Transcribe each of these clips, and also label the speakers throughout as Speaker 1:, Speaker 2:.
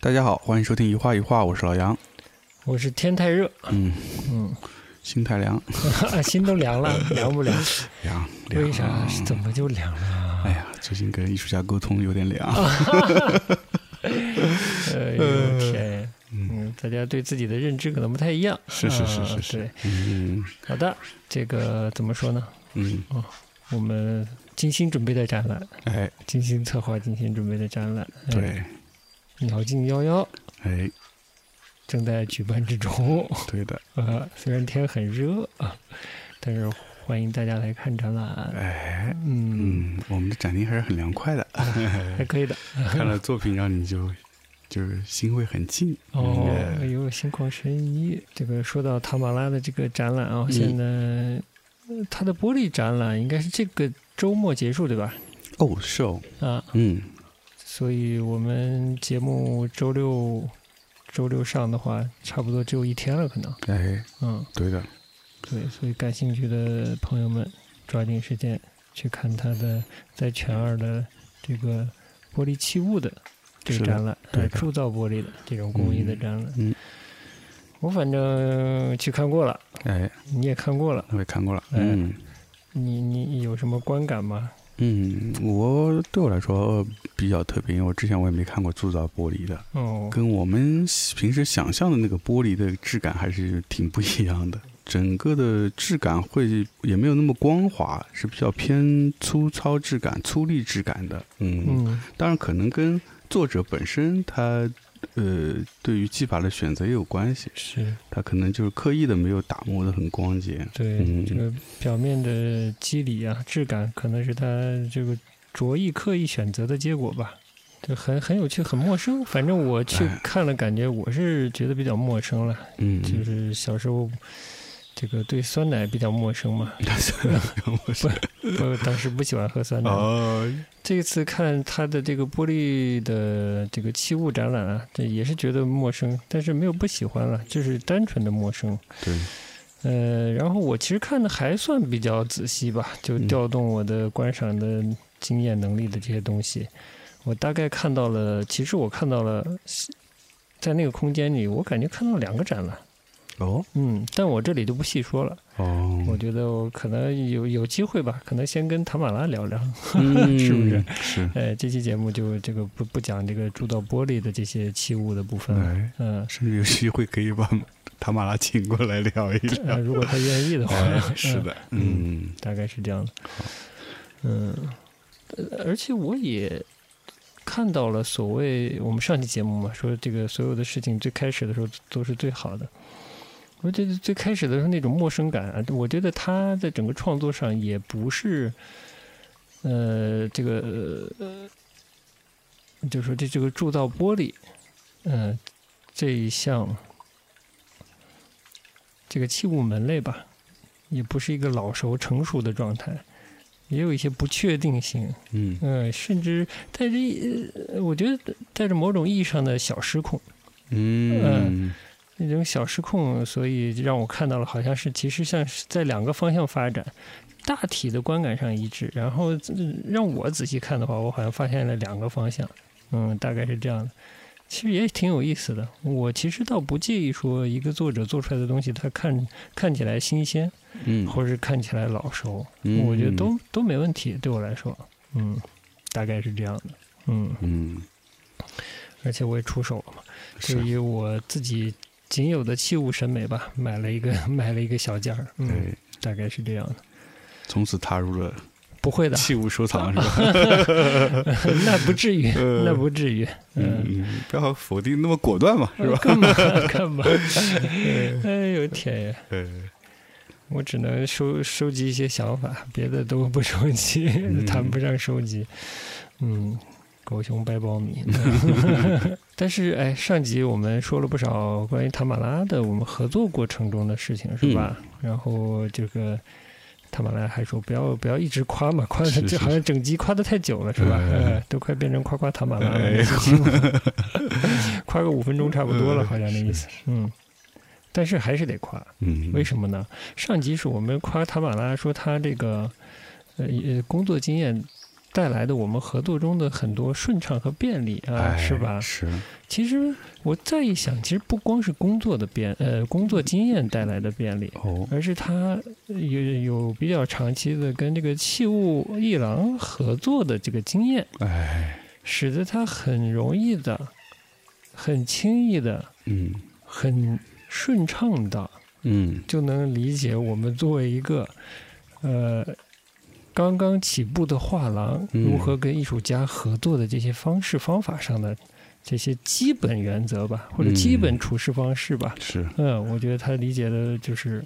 Speaker 1: 大家好，欢迎收听一画一画，我是老杨。
Speaker 2: 我是天太热，
Speaker 1: 嗯，
Speaker 2: 嗯，
Speaker 1: 心太凉，
Speaker 2: 心都凉 了，凉不凉？
Speaker 1: 凉，凉
Speaker 2: 为啥？怎么就凉了？
Speaker 1: 哎呀，最近跟艺术家沟通有点凉。
Speaker 2: 啊哎
Speaker 1: 呃
Speaker 2: 呦天呀！嗯，大家对自己的认知可能不太一样。
Speaker 1: 是是是是是
Speaker 2: 啊对，
Speaker 1: 嗯
Speaker 2: 好的，这个怎么说呢？
Speaker 1: 嗯，
Speaker 2: 我们精心准备的展览，
Speaker 1: 哎，
Speaker 2: 精心策划、精心准备的展览，哎
Speaker 1: 对，
Speaker 2: 鸟尽夭夭
Speaker 1: 哎，
Speaker 2: 正在举办之中。
Speaker 1: 对的，
Speaker 2: 呃，虽然天很热啊，但是欢迎大家来看展览。
Speaker 1: 哎，
Speaker 2: 嗯，
Speaker 1: 嗯，我们的展厅还是很凉 快的，嗯
Speaker 2: 还可以的。
Speaker 1: 看了作品让你就就是心会很静。
Speaker 2: 哦，哎
Speaker 1: 嗯
Speaker 2: 呦，心旷神怡。这个说到塔马拉的这个展览啊，
Speaker 1: 嗯
Speaker 2: 现在呃它的玻璃展览应该是这个周末结束，对吧？
Speaker 1: 哦，是哦，
Speaker 2: 啊，
Speaker 1: 嗯，
Speaker 2: 所以我们节目周六周六上的话，差不多只有一天了，可能。
Speaker 1: 哎，
Speaker 2: 嗯，
Speaker 1: 对的，
Speaker 2: 对，所以感兴趣的朋友们，抓紧时间去看它的在全二的这个玻璃器物的这
Speaker 1: 是
Speaker 2: 个
Speaker 1: 的
Speaker 2: 展览，
Speaker 1: 对
Speaker 2: 呃
Speaker 1: 的
Speaker 2: 铸造玻璃的这种工艺的展览。
Speaker 1: 嗯嗯
Speaker 2: 我反正去看过了，
Speaker 1: 哎，
Speaker 2: 你也看过了，
Speaker 1: 我也看过了，
Speaker 2: 哎
Speaker 1: 嗯。
Speaker 2: 你你有什么观感吗？
Speaker 1: 嗯，我对我来说呃比较特别，因为我之前我也没看过铸造玻璃的，
Speaker 2: 哦，
Speaker 1: 跟我们平时想象的那个玻璃的质感还是挺不一样的。整个的质感会也没有那么光滑，是比较偏粗糙质感、粗粝质感的。嗯，
Speaker 2: 嗯
Speaker 1: 当然可能跟作者本身他呃对于技法的选择也有关系，
Speaker 2: 是
Speaker 1: 他可能就是刻意的没有打磨的很光洁。
Speaker 2: 对、
Speaker 1: 嗯
Speaker 2: 这个表面的肌理啊、质感，可能是他这个着意刻意选择的结果吧。就很很有趣，很陌生。反正我去
Speaker 1: 哎
Speaker 2: 看了，感觉我是觉得比较陌生了。
Speaker 1: 嗯，
Speaker 2: 就是小时候，这个对酸奶比较陌生嘛，我当时不喜欢 喝酸奶。
Speaker 1: 哦，
Speaker 2: 这次看他的这个玻璃的这个器物展览啊，这也是觉得陌生，但是没有不喜欢了，就是单纯的陌生。
Speaker 1: 对，
Speaker 2: 呃，然后我其实看的还算比较仔细吧，就
Speaker 1: 嗯
Speaker 2: 调动我的观赏的经验能力的这些东西，我大概看到了，其实我看到了，在那个空间里，我感觉看到两个展览，
Speaker 1: 哦
Speaker 2: 嗯，但我这里就不细说了，我
Speaker 1: 哦，
Speaker 2: 觉得我可能有有机会吧，可能先跟塔马拉聊聊。
Speaker 1: 嗯
Speaker 2: 是不是？
Speaker 1: 是，
Speaker 2: 呃，这期节目就这个不不讲这个铸造玻璃的这些器物的部分了。
Speaker 1: 哎，
Speaker 2: 嗯、
Speaker 1: 甚至有机会可以把塔马拉请过来聊一
Speaker 2: 呃
Speaker 1: 聊。
Speaker 2: 如果他愿哦意 的话，
Speaker 1: 哎是的，
Speaker 2: 嗯
Speaker 1: 嗯，
Speaker 2: 大概是这样的。嗯、呃而且我也看到了所谓我们上期节目嘛，说这个所有的事情最开始的时候都是最好的。我觉得最开始的时候那种陌生感啊，我觉得他在整个创作上也不是，呃，这个呃，就说这这个铸造玻璃，嗯、这一项这个器物门类吧，也不是一个老熟成熟的状态，也有一些不确定性，
Speaker 1: 嗯，
Speaker 2: 嗯、甚至带着一呃我觉得带着某种意义上的小失控，
Speaker 1: 嗯，
Speaker 2: 那种小失控，所以让我看到了，好像是其实像是在两个方向发展，大体的观感上一致，然后呃让我仔细看的话，我好像发现了两个方向，嗯，大概是这样的。其实也挺有意思的，我其实倒不介意说一个作者做出来的东西，他看看起来新鲜，
Speaker 1: 嗯
Speaker 2: 或者是看起来老熟，
Speaker 1: 嗯
Speaker 2: 我觉得都都没问题，对我来说，嗯，大概是这样的，嗯，
Speaker 1: 嗯
Speaker 2: 而且我也出手了嘛，
Speaker 1: 是
Speaker 2: 对于我自己仅有的器物审美吧，买了一个 买了一个小件儿，嗯，
Speaker 1: 对，
Speaker 2: 大概是这样的，
Speaker 1: 哎从此踏入 了
Speaker 2: 不会的，
Speaker 1: 器物收藏是吧？
Speaker 2: 那不至于，
Speaker 1: 呃
Speaker 2: 那不至于，嗯，
Speaker 1: 嗯，不要否定那么果断嘛，是吧？
Speaker 2: 干嘛 干嘛？哎呦天呀！
Speaker 1: 呃，
Speaker 2: 我只能收收集一些想法，别的都不收集，
Speaker 1: 嗯
Speaker 2: 谈不上收集。嗯，狗熊掰 苞米。但是，哎，上集我们说了不少关于塔马拉的我们合作过程中的事情，是吧？
Speaker 1: 嗯
Speaker 2: 然后这个塔马拉还说不要不要一直夸嘛，夸
Speaker 1: 是是
Speaker 2: 这好像整集夸的太久了，是吧？
Speaker 1: 哎
Speaker 2: 呃， 都快变成夸夸塔马拉了，
Speaker 1: 哎
Speaker 2: 每次听我 夸个五分钟差不多
Speaker 1: 哎
Speaker 2: 了，好像那意思。嗯，但是还是得夸。
Speaker 1: 嗯，
Speaker 2: 为什么呢？上集是我们夸塔马拉说他这个呃呃工作经验带来的我们合作中的很多顺畅和便利啊，
Speaker 1: 哎
Speaker 2: 是吧？
Speaker 1: 是，
Speaker 2: 其实我再一想，其实不光是工作的便呃工作经验带来的便利，
Speaker 1: 哦，
Speaker 2: 而是他呃有有比较长期的跟这个器物一郎合作的这个经验，
Speaker 1: 哎，
Speaker 2: 使得他很容易的、很轻易的、
Speaker 1: 嗯
Speaker 2: 很顺畅的
Speaker 1: 嗯，
Speaker 2: 就能理解我们作为一个呃刚刚起步的画廊
Speaker 1: 嗯
Speaker 2: 如何跟艺术家合作的这些方式方法上的这些基本原则吧，或者
Speaker 1: 嗯
Speaker 2: 基本处事方式吧。
Speaker 1: 是，
Speaker 2: 嗯，我觉得他理解的就是。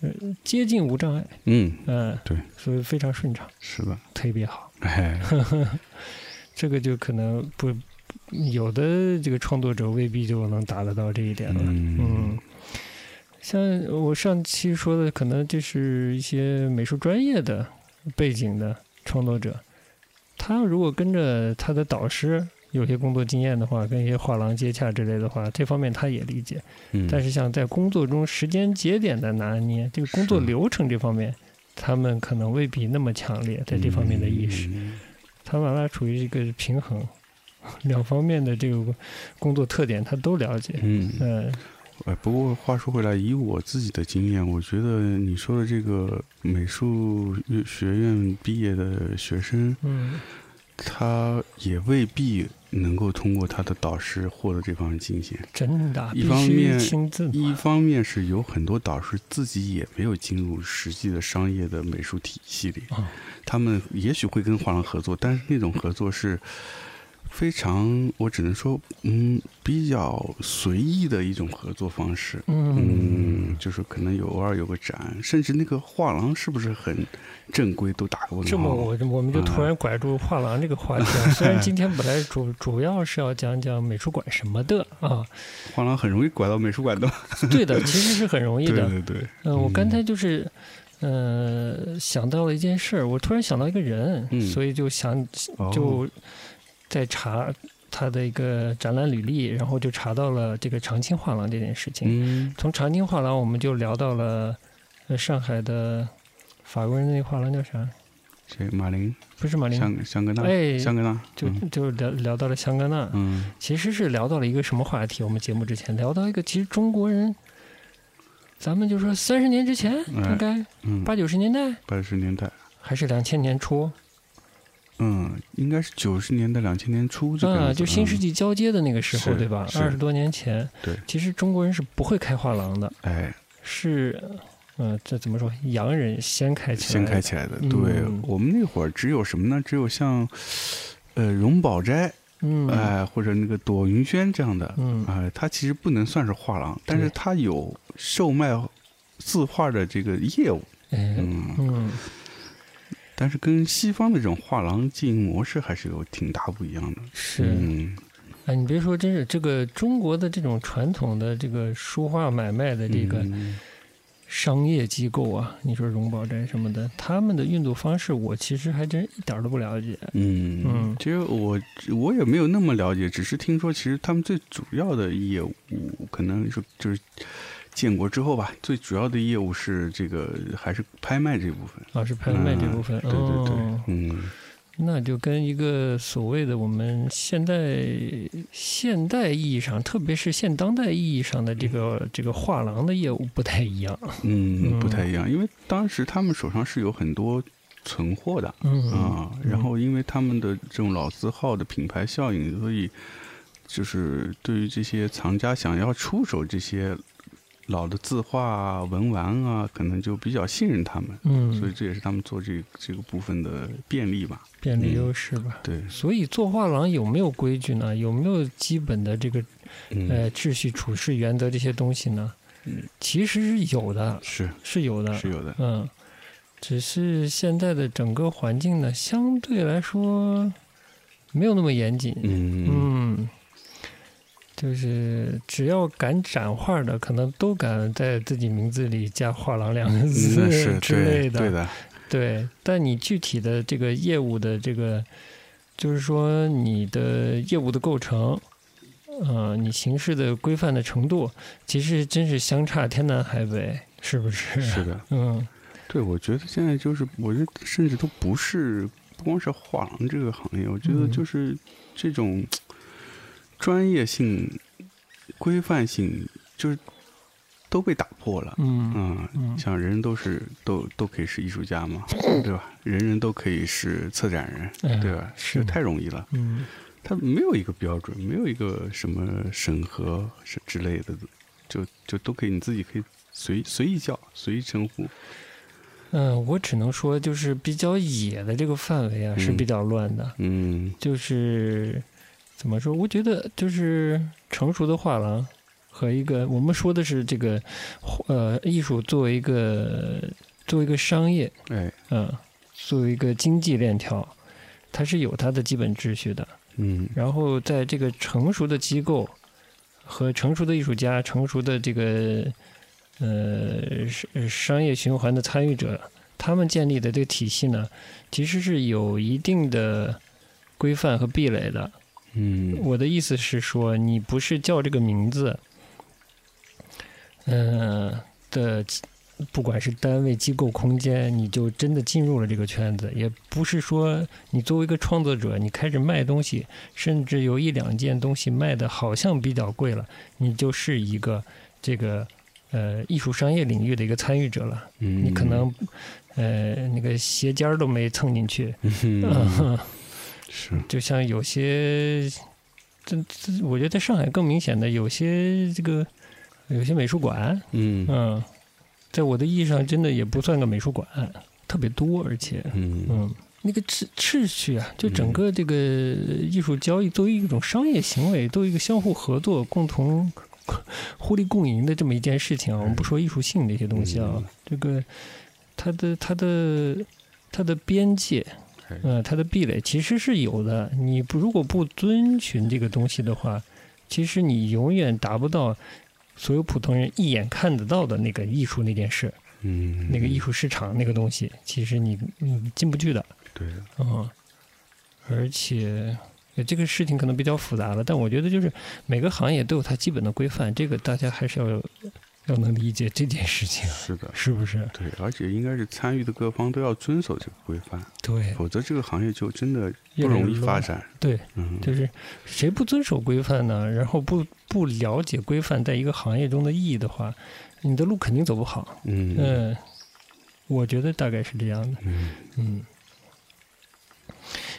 Speaker 2: 呃，接近无障碍，
Speaker 1: 嗯，
Speaker 2: 嗯、
Speaker 1: 对，
Speaker 2: 所以非常顺畅，
Speaker 1: 是的，
Speaker 2: 特别好。
Speaker 1: 哎，
Speaker 2: 这个就可能不有的这个创作者未必就能达得到这一点了。
Speaker 1: 嗯
Speaker 2: 嗯，像我上期说的，可能就是一些美术专业的背景的创作者，他如果跟着他的导师有些工作经验的话，跟一些画廊接洽之类的话，这方面他也理解。
Speaker 1: 嗯，
Speaker 2: 但是像在工作中时间节点的拿捏，这个工作
Speaker 1: 是
Speaker 2: 流程这方面，他们可能未必那么强烈在这方面的意识。
Speaker 1: 嗯
Speaker 2: 塔马拉处于一个平衡，两方面的这个工作特点他都了解。
Speaker 1: 嗯，
Speaker 2: 嗯
Speaker 1: 哎，不过话说回来，以我自己的经验，我觉得你说的这个美术院学院毕业的学生，
Speaker 2: 嗯
Speaker 1: 他也未必能够通过他的导师获得这方面经验。
Speaker 2: 真的，
Speaker 1: 一
Speaker 2: 必
Speaker 1: 方
Speaker 2: 须
Speaker 1: 面
Speaker 2: 亲自
Speaker 1: 一方面是有很多导师自己也没有进入实际的商业的美术体系里，
Speaker 2: 啊，
Speaker 1: 他们也许会跟画廊合作，但是那种合作是非常，我只能说，嗯，比较随意的一种合作方式。
Speaker 2: 嗯，
Speaker 1: 嗯，就是可能有偶尔有个展，甚至那个画廊是不是很正规，都打个问号。
Speaker 2: 这么我我
Speaker 1: 嗯
Speaker 2: 们就突然拐住画廊这个话题 啊。虽然今天本来主主要是要讲讲美术馆什么的啊，
Speaker 1: 画廊很容易拐到美术馆的。
Speaker 2: 对的，其实是很容易
Speaker 1: 对
Speaker 2: 的。
Speaker 1: 对对，
Speaker 2: 嗯、我刚
Speaker 1: 嗯
Speaker 2: 才就是，呃，想到了一件事儿，我突然想到一个人，
Speaker 1: 嗯
Speaker 2: 所以就想
Speaker 1: 哦
Speaker 2: 就在查他的一个展览履历，然后就查到了这个长青画廊这件事情。
Speaker 1: 嗯
Speaker 2: 从长青画廊，我们就聊到了呃上海的法国人那画廊叫啥？
Speaker 1: 谁马林
Speaker 2: 不是马林，
Speaker 1: 香香格纳
Speaker 2: 哎
Speaker 1: 香格纳
Speaker 2: 就就聊聊到了香格纳。
Speaker 1: 嗯
Speaker 2: 其实是聊到了一个什么话题？我们节目之前聊到一个，其实中国人，咱们就说三十年之前，
Speaker 1: 哎
Speaker 2: 应该
Speaker 1: 嗯
Speaker 2: 八九十年代
Speaker 1: 八十年代
Speaker 2: 还是两千年初，
Speaker 1: 嗯应该是九十年代两千年初这个样
Speaker 2: 啊，
Speaker 1: 子嗯
Speaker 2: 就新世纪交接的那个时候，
Speaker 1: 是
Speaker 2: 对吧？
Speaker 1: 是
Speaker 2: 二十多年前，
Speaker 1: 对
Speaker 2: 其实中国人是不会开画廊的，
Speaker 1: 嗯哎
Speaker 2: 是，嗯、这怎么说？洋人先开起来
Speaker 1: 先
Speaker 2: 的，
Speaker 1: 开起来的。
Speaker 2: 嗯
Speaker 1: 对我们那会儿只有什么呢？只有像呃荣宝斋
Speaker 2: 嗯，
Speaker 1: 哎或者那个朵云轩这样的
Speaker 2: 嗯，
Speaker 1: 啊、它其实不能算是画廊，但是它有售卖字画的这个业务，
Speaker 2: 哎，
Speaker 1: 嗯，
Speaker 2: 嗯，
Speaker 1: 但是跟西方的这种画廊经营模式还是有挺大不一样的。
Speaker 2: 是，
Speaker 1: 嗯，
Speaker 2: 哎，你别说，真是这个中国的这种传统的这个书画买卖的这个
Speaker 1: 嗯
Speaker 2: 商业机构啊，你说荣宝斋什么的，他们的运作方式，我其实还真一点儿都不了解。
Speaker 1: 嗯
Speaker 2: 嗯
Speaker 1: 其实我我也没有那么了解，只是听说其实他们最主要的业务可能是就是建国之后吧，最主要的业务是这个还是拍卖这部分。
Speaker 2: 啊，是拍卖这部分，
Speaker 1: 对对对
Speaker 2: 哦，
Speaker 1: 嗯，
Speaker 2: 那就跟一个所谓的我们现代现代意义上，特别是现当代意义上的这个这个画廊的业务不太一 样。
Speaker 1: 嗯，不
Speaker 2: 嗯
Speaker 1: 太一样，因为当时他们手上是有很多存货的
Speaker 2: 嗯
Speaker 1: 啊，然
Speaker 2: 嗯
Speaker 1: 后因为他们的这种老字号的品牌效应，所以就是对于这些藏家想要出手这些老的字画啊、文玩啊，可能就比较信任他们，
Speaker 2: 嗯，
Speaker 1: 所以这也是他们做这这个部分的便利吧。
Speaker 2: 便利优势吧。
Speaker 1: 对，
Speaker 2: 所以做画廊有没有规矩呢？有没有基本的这个
Speaker 1: 嗯，
Speaker 2: 呃秩序、处事原则这些东西呢？
Speaker 1: 嗯，
Speaker 2: 其实是有的，
Speaker 1: 是
Speaker 2: 是有的，
Speaker 1: 是有的，
Speaker 2: 嗯，只是现在的整个环境呢，相对来说没有那么严谨。
Speaker 1: 嗯
Speaker 2: 嗯，就是只要敢展画的，可能都敢在自己名字里加“画廊”两个
Speaker 1: 嗯那是
Speaker 2: 字之
Speaker 1: 对
Speaker 2: 类的。
Speaker 1: 对的，
Speaker 2: 对但你具体的这个业务的这个，就是说你的业务的构成，呃，你形式的规范的程度，其实真是相差天南海北，是不是？
Speaker 1: 是的。
Speaker 2: 嗯
Speaker 1: 对，我觉得现在就是，我觉得甚至都不是不光是画廊这个行业，我觉得
Speaker 2: 嗯
Speaker 1: 就是这种专业性、规范性，就是都被打破了。
Speaker 2: 嗯
Speaker 1: 嗯，
Speaker 2: 嗯
Speaker 1: 像人人都是都都可以是艺术家 嘛，对吧？人人都可以是策展
Speaker 2: 哎
Speaker 1: 人，对吧？
Speaker 2: 是
Speaker 1: 这太容易了，
Speaker 2: 嗯
Speaker 1: 它没有一个标准，没有一个什么审核是之类的，就就都可以，你自己可以随随意叫，随意称呼。
Speaker 2: 嗯，我只能说就是比较野的这个范围啊是
Speaker 1: 嗯
Speaker 2: 比较乱的，
Speaker 1: 嗯
Speaker 2: 就是怎么说？我觉得就是成熟的画廊和一个我们说的是这个呃艺术作为一个作为一个商业，
Speaker 1: 哎，
Speaker 2: 嗯，作为一个经济链条，它是有它的基本秩序的。
Speaker 1: 嗯
Speaker 2: 然后在这个成熟的机构和成熟的艺术家、成熟的这个呃商商业循环的参与者，他们建立的这个体系呢，其实是有一定的规范和壁垒的。
Speaker 1: 嗯
Speaker 2: 我的意思是说，你不是叫这个名字，嗯、的，不管是单位、机构、空间，你就真的进入了这个圈子，也不是说你作为一个创作者，你开始卖东西，甚至有一两件东西卖的好像比较贵了，你就是一个这个呃艺术商业领域的一个参与者了，
Speaker 1: 嗯，
Speaker 2: 你可能。呃，那个鞋尖儿都没蹭进去，
Speaker 1: 嗯是
Speaker 2: 就像有些，这这，我觉得在上海更明显的，有些这个有些美术馆，
Speaker 1: 嗯
Speaker 2: 嗯，在我的意义上，真的也不算个美术馆，特别多，而且，
Speaker 1: 嗯
Speaker 2: 嗯，那个秩秩序啊，就整
Speaker 1: 嗯
Speaker 2: 个这个艺术交易作为一种商业行为，作为一个相互合作、共同 互利共赢的这么一件事情啊，我们不说艺术性这些东西啊，
Speaker 1: 嗯
Speaker 2: 这个它的它的它的边界
Speaker 1: 哎，
Speaker 2: 呃，它的壁垒其实是有的。你不如果不遵循这个东西的话，其实你永远达不到所有普通人一眼看得到的那个艺术那件事，
Speaker 1: 嗯，
Speaker 2: 那个艺术市场那个东西，其实你你进不去的。
Speaker 1: 对的，
Speaker 2: 嗯，而且呃这个事情可能比较复杂了，但我觉得就是每个行业都有它基本的规范，这个大家还是要要能理解这件事情，
Speaker 1: 是的，
Speaker 2: 是不是？
Speaker 1: 对，而且应该是参与的各方都要遵守这个规范，
Speaker 2: 对，
Speaker 1: 否则这个行业就真的
Speaker 2: 越
Speaker 1: 不
Speaker 2: 来越
Speaker 1: 容易发
Speaker 2: 乱
Speaker 1: 展。
Speaker 2: 对，
Speaker 1: 嗯，
Speaker 2: 就是谁不遵守规范呢？然后不不了解规范在一个行业中的意义的话，你的路肯定走不好。
Speaker 1: 嗯
Speaker 2: 嗯，我觉得大概是这样的。
Speaker 1: 嗯
Speaker 2: 嗯。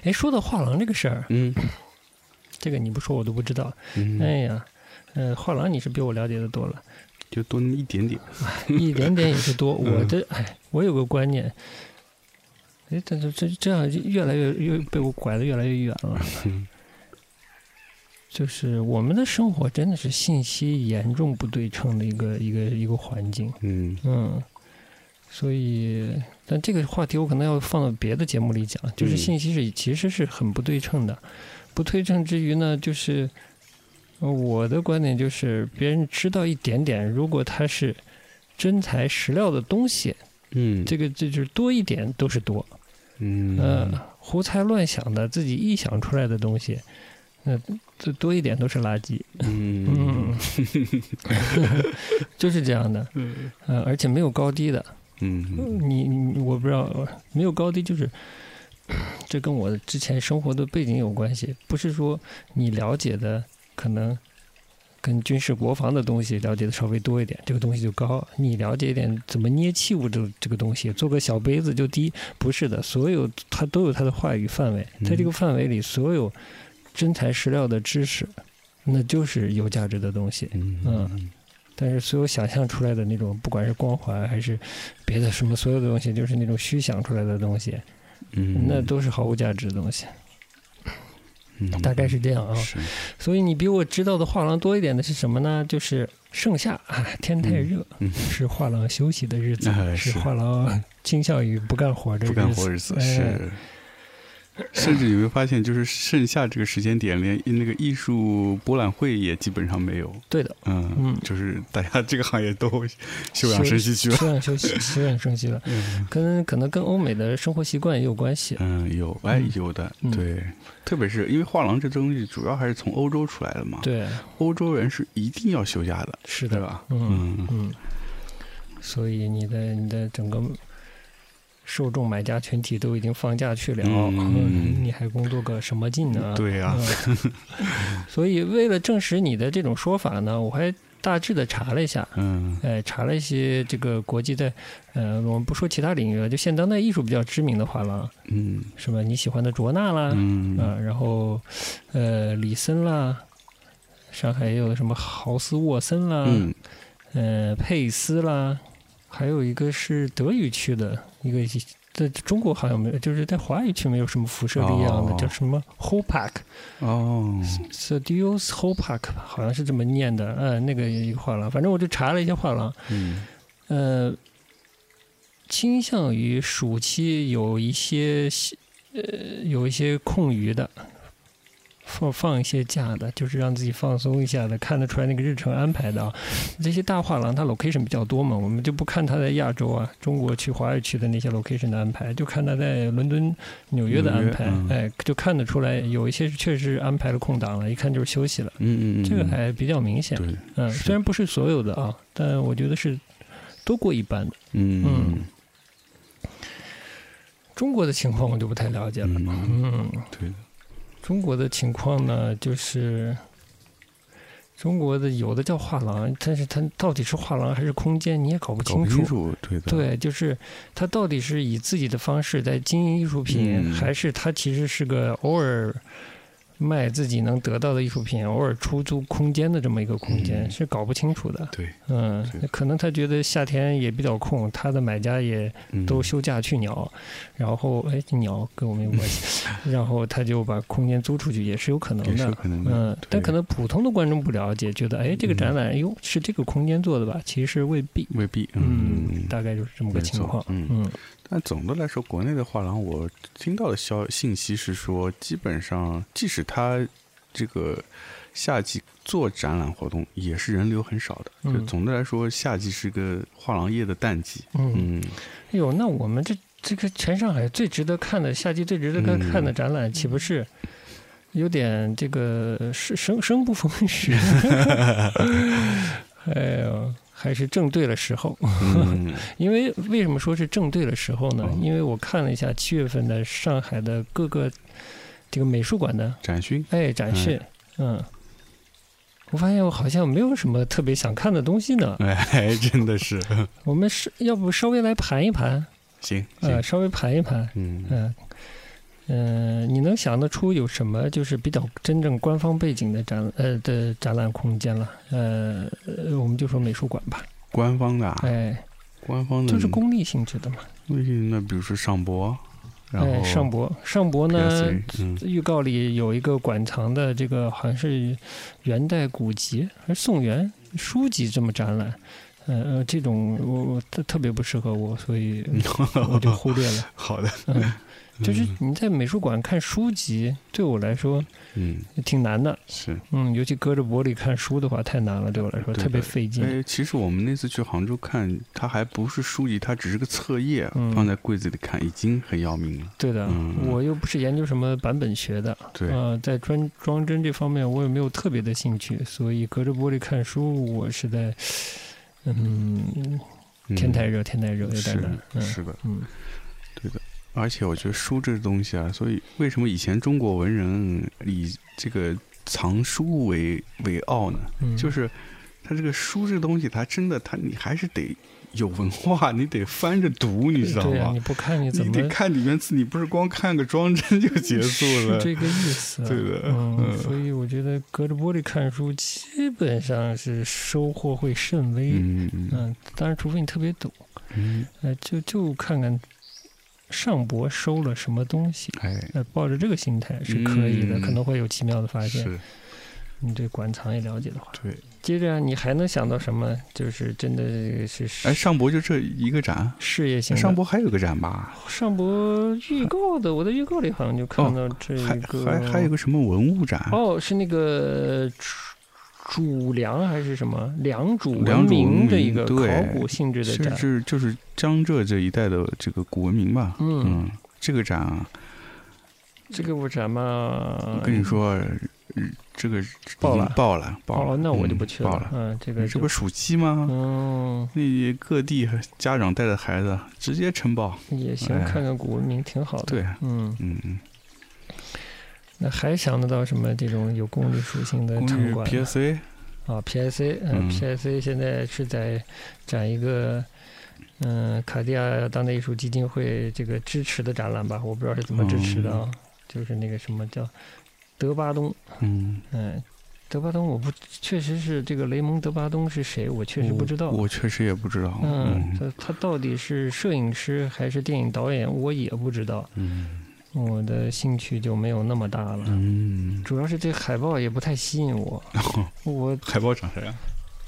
Speaker 2: 哎，说到画廊这个事儿，
Speaker 1: 嗯
Speaker 2: 这个你不说我都不知道。哎
Speaker 1: 嗯，
Speaker 2: 呀，呃，画廊你是比我了解的多了。
Speaker 1: 就多那么一点点。
Speaker 2: 一点点也是多。
Speaker 1: 嗯
Speaker 2: 我的哎，我有个观念，哎，但是这这样就越来越越被我拐得越来越远了。就是我们的生活真的是信息严重不对称的一个一个一个环境，
Speaker 1: 嗯
Speaker 2: 嗯，所以但这个话题我可能要放到别的节目里讲，就是
Speaker 1: 嗯
Speaker 2: 信息是其实是很不对称的，不对称之余呢，就是呃我的观点就是，别人知道一点点，如果他是真材实料的东西，
Speaker 1: 嗯，
Speaker 2: 这个这就是多一点都是多，嗯、
Speaker 1: 嗯
Speaker 2: 胡猜乱想的自己臆想出来的东西，那、这多一点都是垃圾，嗯
Speaker 1: 嗯，
Speaker 2: 就是这样的，
Speaker 1: 嗯
Speaker 2: 呃，而且没有高低的，
Speaker 1: 嗯
Speaker 2: 你你我不知道，没有高低就是，这跟我之前生活的背景有关系，不是说你了解的可能跟军事国防的东西了解的稍微多一点，这个东西就高；你了解一点怎么捏器物这这个东西，做个小杯子就低，不是的，所有它都有它的话语范围，在这个范围里，所有真材实料的知识，那就是有价值的东西。
Speaker 1: 嗯
Speaker 2: 但是所有想象出来的那种，不管是光环还是别的什么，所有的东西，就是那种虚想出来的东西，
Speaker 1: 嗯，
Speaker 2: 那都是毫无价值的东西。
Speaker 1: 嗯
Speaker 2: 大概是这样啊。
Speaker 1: 是
Speaker 2: 所以你比我知道的画廊多一点的是什么呢？就是盛夏啊，天太热，
Speaker 1: 嗯嗯
Speaker 2: 是画廊休息的日子，
Speaker 1: 哎
Speaker 2: 是
Speaker 1: 是
Speaker 2: 画廊倾向于不干活的
Speaker 1: 不
Speaker 2: 日
Speaker 1: 干
Speaker 2: 子。
Speaker 1: 活日子
Speaker 2: 哎
Speaker 1: 是。甚至你会发现，就是盛夏这个时间点，连那个艺术博览会也基本上没有。
Speaker 2: 对的，
Speaker 1: 嗯，
Speaker 2: 嗯
Speaker 1: 就是大家这个行业都休养生息去了。
Speaker 2: 休养休息，休养生息了，
Speaker 1: 嗯
Speaker 2: 跟可能跟欧美的生活习惯也有关系。
Speaker 1: 嗯，有哎
Speaker 2: 嗯
Speaker 1: 有的
Speaker 2: 嗯，
Speaker 1: 对，特别是因为画廊这东西主要还是从欧洲出来的嘛，
Speaker 2: 对，
Speaker 1: 欧洲人是一定要休假的，
Speaker 2: 是的
Speaker 1: 对。吧？
Speaker 2: 嗯
Speaker 1: 嗯
Speaker 2: 嗯，所以你的你的整个受众买家群体都已经放假去了，
Speaker 1: 嗯
Speaker 2: 你还工作个什么劲呢？
Speaker 1: 对啊呀、
Speaker 2: 嗯所以为了证实你的这种说法呢，我还大致的查了一下，
Speaker 1: 嗯
Speaker 2: 哎，查了一些这个国际在，呃，我们不说其他领域了，就现当代艺术比较知名的画廊，
Speaker 1: 嗯
Speaker 2: 什么你喜欢的卓纳啦，
Speaker 1: 嗯
Speaker 2: 啊，然后呃，李森啦，上海也有什么豪斯沃森啦，
Speaker 1: 嗯
Speaker 2: 呃，佩斯啦，还有一个是德语区的一个，在中国好像没有，就是在华语区没有什么辐射力量的，
Speaker 1: 哦
Speaker 2: 叫什么 Hopak
Speaker 1: 哦
Speaker 2: Studios Hopak，好像是这么念的，呃，那个一个画廊，反正我就查了一下画廊，
Speaker 1: 嗯
Speaker 2: 呃，倾向于暑期有一些呃有一些空余的，放放一些假的，就是让自己放松一下的，看得出来那个日程安排的啊。这些大画廊它 location 比较多嘛，我们就不看它在亚洲啊、中国区、华语区的那些 location 的安排，就看它在伦敦、纽约的
Speaker 1: 纽约
Speaker 2: 安排，
Speaker 1: 嗯
Speaker 2: 哎，就看得出来有一些是确实安排了空档了，一看就是休息了，
Speaker 1: 嗯嗯，
Speaker 2: 这个还比较明显。
Speaker 1: 对，
Speaker 2: 嗯，
Speaker 1: 是
Speaker 2: 虽然不是所有的啊，但我觉得是都过一半的。
Speaker 1: 嗯
Speaker 2: 中国的情况我就不太了解了。
Speaker 1: 嗯，
Speaker 2: 嗯，
Speaker 1: 对的，
Speaker 2: 中国的情况呢，就是中国的有的叫画廊，但是它到底是画廊还是空间，你也搞
Speaker 1: 搞
Speaker 2: 不清
Speaker 1: 不
Speaker 2: 楚。
Speaker 1: 清楚，对的，
Speaker 2: 对，就是它到底是以自己的方式在经营艺术品，
Speaker 1: 嗯
Speaker 2: 还是它其实是个偶尔卖自己能得到的艺术品，偶尔出租空间的这么一个空间，
Speaker 1: 嗯
Speaker 2: 是搞不清楚的。
Speaker 1: 对，
Speaker 2: 嗯
Speaker 1: 是，
Speaker 2: 可能他觉得夏天也比较空，他的买家也
Speaker 1: 嗯
Speaker 2: 都休假去鸟，然后哎，鸟跟我们有关 系，然后他就把空间租出去也是有可能
Speaker 1: 也是有
Speaker 2: 的。
Speaker 1: 可能的，
Speaker 2: 嗯，
Speaker 1: 对嗯
Speaker 2: 但可能普通的观众不了解，觉得哎，这个展览，哎呦，是这个空间做的吧？其实未必。
Speaker 1: 未必，
Speaker 2: 嗯，大概就是这么个情况。
Speaker 1: 没错
Speaker 2: 嗯
Speaker 1: 但总的来说，国内的画廊我听到的消信息是说，基本上即使它这个夏季做展览活动，也是人流很少的。
Speaker 2: 嗯
Speaker 1: 就总的来说，夏季是个画廊业的淡季。
Speaker 2: 嗯，
Speaker 1: 嗯，
Speaker 2: 哎呦，那我们这这个全上海最值得看的夏季最值得看
Speaker 1: 嗯
Speaker 2: 看的展览，岂不是有点这个生生生不逢时？ 哎呦，还是正对了时候。
Speaker 1: 嗯
Speaker 2: 因为为什么说是正对了时候呢？
Speaker 1: 嗯
Speaker 2: 因为我看了一下七月份的上海的各个这个美术馆的
Speaker 1: 展讯，
Speaker 2: 哎展示，嗯，我发现我好像没有什么特别想看的东西呢。
Speaker 1: 哎，真的是
Speaker 2: 我们是要不稍微来盘一盘，
Speaker 1: 行
Speaker 2: 呃，
Speaker 1: 行，
Speaker 2: 稍微盘一盘，
Speaker 1: 嗯
Speaker 2: 嗯、嗯、你能想得出有什么就是比较真正官方背景的展呃的展览空间了？呃，呃我们就说美术馆吧，
Speaker 1: 官方的啊，嗯
Speaker 2: 哎，
Speaker 1: 官方的
Speaker 2: 就是公立性质的嘛。
Speaker 1: 微信那比如说上博，然
Speaker 2: 哎，
Speaker 1: 后
Speaker 2: 上博，上博呢，
Speaker 1: PSA，嗯
Speaker 2: 预告里有一个馆藏的这个好像是元代古籍还是宋元书籍这么展览，呃呃，这种我我特特别不适合我，所以 呃我就忽略了。
Speaker 1: 好的，
Speaker 2: 嗯，就是你在美术馆看书籍，对我来说
Speaker 1: 嗯
Speaker 2: 挺难的。
Speaker 1: 是。
Speaker 2: 嗯，尤其搁着玻璃看书的话，太难了，对我来说
Speaker 1: 对
Speaker 2: 特别
Speaker 1: 对
Speaker 2: 费劲。
Speaker 1: 哎，其实我们那次去杭州看，它还不是书籍，它只是个册页，啊
Speaker 2: 嗯
Speaker 1: 放在柜子里看，已经很要命了。
Speaker 2: 对的，
Speaker 1: 嗯
Speaker 2: 我又不是研究什么版本学的，
Speaker 1: 对，
Speaker 2: 呃，在装装帧这方面我也没有特别的兴趣，所以隔着玻璃看书，我是在，嗯，
Speaker 1: 嗯
Speaker 2: 天太热，天太热，有点
Speaker 1: 是
Speaker 2: 难。嗯
Speaker 1: 是的，
Speaker 2: 嗯，
Speaker 1: 而且我觉得书这东西啊，所以为什么以前中国文人以这个藏书为为傲呢？
Speaker 2: 嗯
Speaker 1: 就是它这个书这东西，它真的，它你还是得有文化，你得翻着读，你知道
Speaker 2: 嗯对呀、
Speaker 1: 吗
Speaker 2: 你？不看你怎
Speaker 1: 你
Speaker 2: 么
Speaker 1: 得看里面字，你不是光看个装帧就结束了
Speaker 2: 是。这个意思、啊。
Speaker 1: 对的
Speaker 2: 嗯
Speaker 1: 嗯，
Speaker 2: 所以我觉得隔着玻璃看书，基本上是收获会甚微。嗯
Speaker 1: 嗯嗯
Speaker 2: 当然，除非你特别懂，
Speaker 1: 嗯，
Speaker 2: 呃，就就看看上博收了什么东西。
Speaker 1: 哎，
Speaker 2: 呃，抱着这个心态是可以的，
Speaker 1: 嗯
Speaker 2: 可能会有奇妙的发现。
Speaker 1: 是
Speaker 2: 你对馆藏也了解的话，
Speaker 1: 对。
Speaker 2: 接着啊你还能想到什么？就是真的是
Speaker 1: 哎，上博就这一个展，
Speaker 2: 事业性的
Speaker 1: 上博还有个展吧？
Speaker 2: 上博预告的，我在预告里好像就看到这
Speaker 1: 哦还
Speaker 2: 个，
Speaker 1: 还还有个什么文物展？
Speaker 2: 哦，是那个主主梁还是什么良渚文
Speaker 1: 良渚文
Speaker 2: 明的一
Speaker 1: 明
Speaker 2: 个
Speaker 1: 对
Speaker 2: 考古性质的
Speaker 1: 是
Speaker 2: 展，
Speaker 1: 是就是江浙这一带的这个古文明吧？
Speaker 2: 嗯
Speaker 1: 嗯，这个展
Speaker 2: 这个物展嘛，
Speaker 1: 跟你说，嗯这个已
Speaker 2: 爆
Speaker 1: 经
Speaker 2: 了
Speaker 1: 爆了，爆了。
Speaker 2: 哦，那我就
Speaker 1: 嗯
Speaker 2: 不去
Speaker 1: 爆
Speaker 2: 了
Speaker 1: 了。。
Speaker 2: 嗯，这个
Speaker 1: 你这
Speaker 2: 就
Speaker 1: 不是暑期吗？
Speaker 2: 嗯
Speaker 1: 那各地家长带着孩子直接晨报。
Speaker 2: 也行
Speaker 1: 哎，
Speaker 2: 看看古文明挺好的。，
Speaker 1: 对，
Speaker 2: 嗯，
Speaker 1: 嗯嗯。
Speaker 2: 那还想得到什么这种有功率属性的
Speaker 1: 公
Speaker 2: 场
Speaker 1: 寓
Speaker 2: 馆呢？
Speaker 1: PSA
Speaker 2: 啊，PSA，呃、
Speaker 1: 嗯
Speaker 2: p s a 现在是在展一个，嗯、卡地亚当代艺术基金会这个支持的展览吧，我不知道是怎么支持的啊，就是那个什么叫德巴东，
Speaker 1: 嗯，
Speaker 2: 嗯、德巴东我不确实是这个雷蒙德巴东是谁，我确实不知道。
Speaker 1: 我确实也不知道。
Speaker 2: 嗯，
Speaker 1: 嗯
Speaker 2: 他他到底是摄影师还是电影导演，我也不知道，
Speaker 1: 嗯
Speaker 2: 我的兴趣就没有那么大了。
Speaker 1: 嗯，
Speaker 2: 主要是这海报也不太吸引我，我
Speaker 1: 海报长啥样？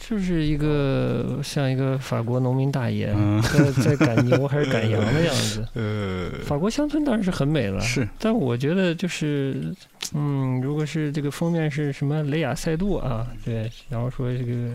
Speaker 2: 就是一个像一个法国农民大爷
Speaker 1: 嗯。
Speaker 2: 在在赶牛还是赶羊的样子
Speaker 1: 呃，
Speaker 2: 法国乡村当然是很美了，
Speaker 1: 是
Speaker 2: 但我觉得就是，嗯，如果是这个封面是什么雷亚塞杜啊，
Speaker 1: 嗯
Speaker 2: 对，然后说这个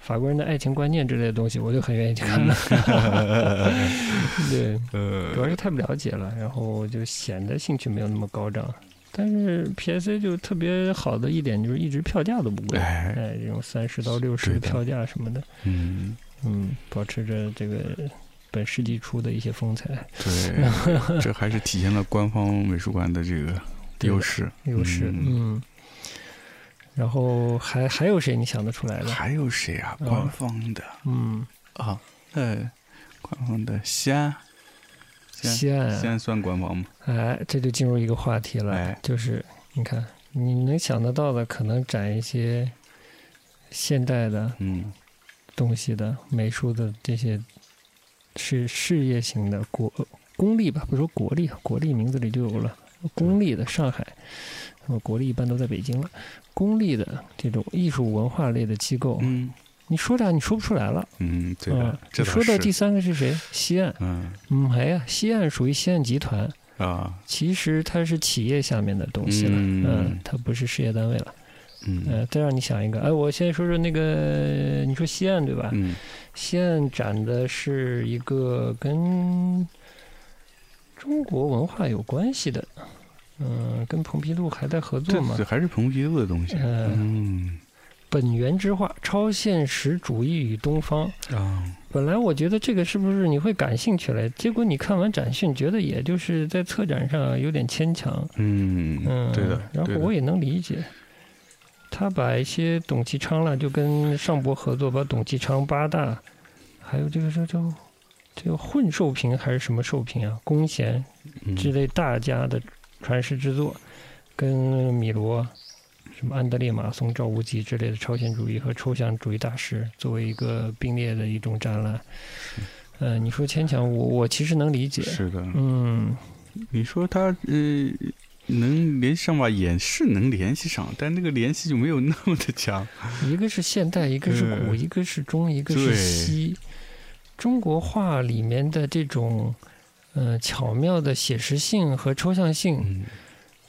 Speaker 2: 法国人的爱情观念之类的东西，我就很愿意去看了。 对，
Speaker 1: 呃
Speaker 2: 主要是太不了解了，然后就显得兴趣没有那么高涨。但是 PSA 就特别好的一点就是一直票价都不贵，
Speaker 1: 哎，
Speaker 2: 哎，这种三十到六十
Speaker 1: 对
Speaker 2: 的
Speaker 1: 的
Speaker 2: 票价什么的，
Speaker 1: 嗯，
Speaker 2: 嗯，保持着这个本世纪初的一些风采
Speaker 1: 对，这还是体现了官方美术馆的这个优势。
Speaker 2: 优势，
Speaker 1: 嗯
Speaker 2: 嗯。然后还还有谁你想得出来的？
Speaker 1: 还有谁啊？
Speaker 2: 嗯
Speaker 1: 官方的
Speaker 2: 嗯，
Speaker 1: 啊，呃，官方的西安，西
Speaker 2: 西安
Speaker 1: 安，西
Speaker 2: 啊，
Speaker 1: 安算官方吗？
Speaker 2: 哎，这就进入一个话题了，
Speaker 1: 哎
Speaker 2: 就是你看你能想得到的，可能展一些现代的
Speaker 1: 嗯，
Speaker 2: 东西的美术的这些是事业型的国公立吧，不说国立，啊国立名字里就有了公立的上海，那么国立一般都在北京了。公立的这种艺术文化类的机构，
Speaker 1: 嗯
Speaker 2: 你说啥你说不出来了。
Speaker 1: 嗯，对
Speaker 2: 哦嗯
Speaker 1: 的，这
Speaker 2: 你
Speaker 1: 倒
Speaker 2: 说到
Speaker 1: 是
Speaker 2: 第三个是谁？西岸，
Speaker 1: 嗯
Speaker 2: 嗯，哎呀，西岸属于西岸集团，
Speaker 1: 啊
Speaker 2: 其实它是企业下面的东西了，
Speaker 1: 嗯
Speaker 2: 嗯，它不是事业单位了。
Speaker 1: 嗯
Speaker 2: 呃，再让你想一个，哎，我先说说那个，你说西岸对吧？
Speaker 1: 嗯
Speaker 2: 西安展的是一个跟中国文化有关系的，嗯、跟蓬皮杜还在合作
Speaker 1: 对
Speaker 2: 嘛
Speaker 1: 对，。还是蓬皮杜的东西。
Speaker 2: 嗯，
Speaker 1: 嗯
Speaker 2: 本源之画：超现实主义与东方。
Speaker 1: 啊，
Speaker 2: 本来我觉得这个是不是你会感兴趣嘞？结果你看完展讯，觉得也就是在策展上有点牵强。
Speaker 1: 嗯
Speaker 2: 嗯，
Speaker 1: 对的。
Speaker 2: 然后
Speaker 1: 对的
Speaker 2: 我也能理解，他把一些董其昌了，就跟上博合作，把董其昌、八大，还有这个这叫这个混寿瓶还是什么寿瓶啊，弓弦
Speaker 1: 嗯
Speaker 2: 之类大家的传世之作，跟米罗、什么安德烈马松、赵无极之类的超前主义和抽象主义大师作为一个并列的一种展览。嗯、你说牵强，我我其实能理解。
Speaker 1: 是的，
Speaker 2: 嗯，
Speaker 1: 你说他呃能联系上吧，也是能联系上，但那个联系就没有那么的强。
Speaker 2: 一个是现代，一个是古，
Speaker 1: 嗯
Speaker 2: 一个是中，一个
Speaker 1: 对
Speaker 2: 是西。中国画里面的这种，呃，巧妙的写实性和抽象性，
Speaker 1: 嗯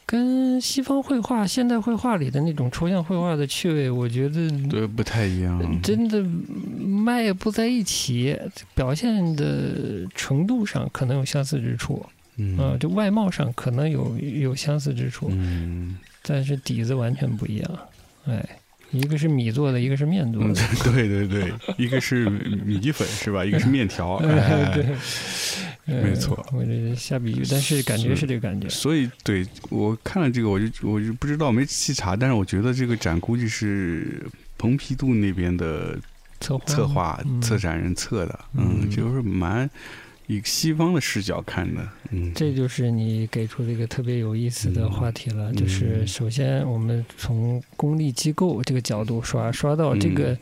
Speaker 2: 跟西方绘画、现代绘画里的那种抽象绘画的趣味，我觉得
Speaker 1: 对，嗯不太一样。
Speaker 2: 真的迈不在一起。表现的程度上可能有相似之处，啊，
Speaker 1: 嗯
Speaker 2: 就外貌上可能有有相似之处，
Speaker 1: 嗯，
Speaker 2: 但是底子完全不一样。哎，一个是米做的，一个是面做
Speaker 1: 嗯
Speaker 2: 的。
Speaker 1: 对对对，一个是米粉是 吧？一个是面条，哎
Speaker 2: 对，呃
Speaker 1: 没错
Speaker 2: 我这下笔喻，但是感觉是这个感觉。
Speaker 1: 所以，对我看了这个，我就我就不知道没细查，但是我觉得这个展估计是蓬皮杜那边的
Speaker 2: 策划，
Speaker 1: 策划、
Speaker 2: 嗯
Speaker 1: 策展人策的，嗯，
Speaker 2: 嗯
Speaker 1: 就是蛮以西方的视角看的，嗯，
Speaker 2: 这就是你给出的一个特别有意思的话题了。
Speaker 1: 嗯
Speaker 2: 就是首先，我们从公立机构这个角度刷刷到这个
Speaker 1: 嗯，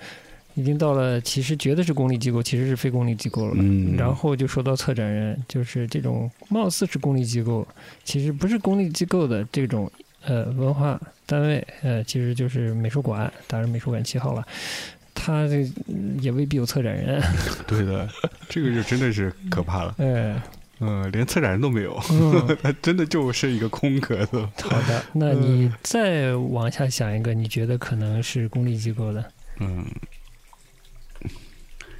Speaker 2: 已经到了其实觉得是公立机构，其实是非公立机构了。
Speaker 1: 嗯，
Speaker 2: 然后就说到策展人，就是这种貌似是公立机构，其实不是公立机构的这种呃文化单位，呃，其实就是美术馆，当然美术馆七号了，他这嗯也未必有策展人，
Speaker 1: 对 的，这个就真的是可怕了。
Speaker 2: 呃，
Speaker 1: 嗯，连策展人都没有，
Speaker 2: 嗯，
Speaker 1: 它真的就是一个空壳子。
Speaker 2: 好的，那你再往下想一个，你觉得可能是公立机构的，
Speaker 1: 嗯，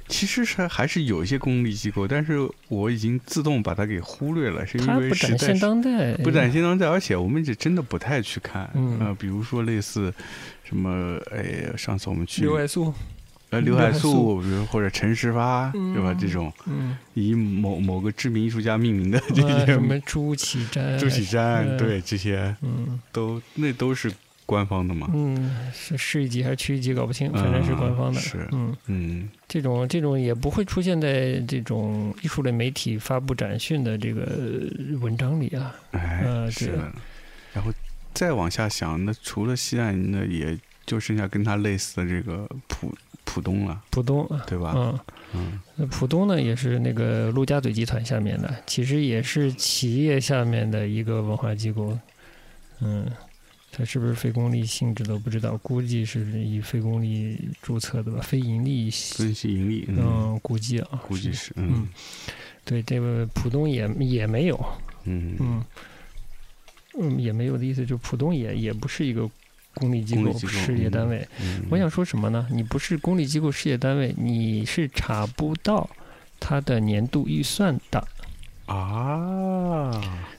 Speaker 1: 其实是还是有一些公立机构，但是我已经自动把它给忽略了，是因
Speaker 2: 它
Speaker 1: 为
Speaker 2: 不
Speaker 1: 实
Speaker 2: 展
Speaker 1: 在
Speaker 2: 现
Speaker 1: 是
Speaker 2: 当代，
Speaker 1: 不展现当代，而且我们也真的不太去看。
Speaker 2: 嗯
Speaker 1: 呃，比如说类似什么，哎，上次我们去
Speaker 2: 刘爱素，
Speaker 1: 呃刘
Speaker 2: 刘
Speaker 1: 海
Speaker 2: 海
Speaker 1: 粟，
Speaker 2: 粟
Speaker 1: 比如或者陈实发，对吧？
Speaker 2: 嗯
Speaker 1: 这种
Speaker 2: 嗯，
Speaker 1: 以某某个知名艺术家命名的 这
Speaker 2: 啊什
Speaker 1: 些，
Speaker 2: 么朱启瞻，
Speaker 1: 朱启瞻，
Speaker 2: 嗯
Speaker 1: 对这些
Speaker 2: 嗯
Speaker 1: 都那都是官方的嘛。
Speaker 2: 嗯，是市一级还是区一级搞不清，反正是官方
Speaker 1: 嗯
Speaker 2: 的，
Speaker 1: 是
Speaker 2: 嗯，
Speaker 1: 嗯
Speaker 2: 这种这种也不会出现在这种艺术类媒体发布展讯的这个呃文章里啊。
Speaker 1: 哎，
Speaker 2: 呃
Speaker 1: 是
Speaker 2: 对
Speaker 1: 的。然后再往下想，那除了西岸，那也就剩下跟他类似的这个浦浦东了，
Speaker 2: 浦东啊，
Speaker 1: 对吧？
Speaker 2: 嗯，
Speaker 1: 嗯
Speaker 2: 那浦东呢也是那个陆家嘴集团下面的，其实也是企业下面的一个文化机构。嗯，它是不是非公利性质都不知道，估计是以非公利注册的吧，非盈利。
Speaker 1: 分析盈利，嗯，
Speaker 2: 嗯，估计啊，
Speaker 1: 估计
Speaker 2: 是
Speaker 1: 是，嗯
Speaker 2: 对这个浦东也也没有，
Speaker 1: 嗯，
Speaker 2: 嗯，嗯，也没有的意思，就是浦东也也不是一个公立机
Speaker 1: 公立
Speaker 2: 构、
Speaker 1: 机构
Speaker 2: 事业单位。
Speaker 1: 嗯
Speaker 2: 我想说什么呢？你不是公立机构、事业单位，你是查不到它的年度预算的。
Speaker 1: 啊，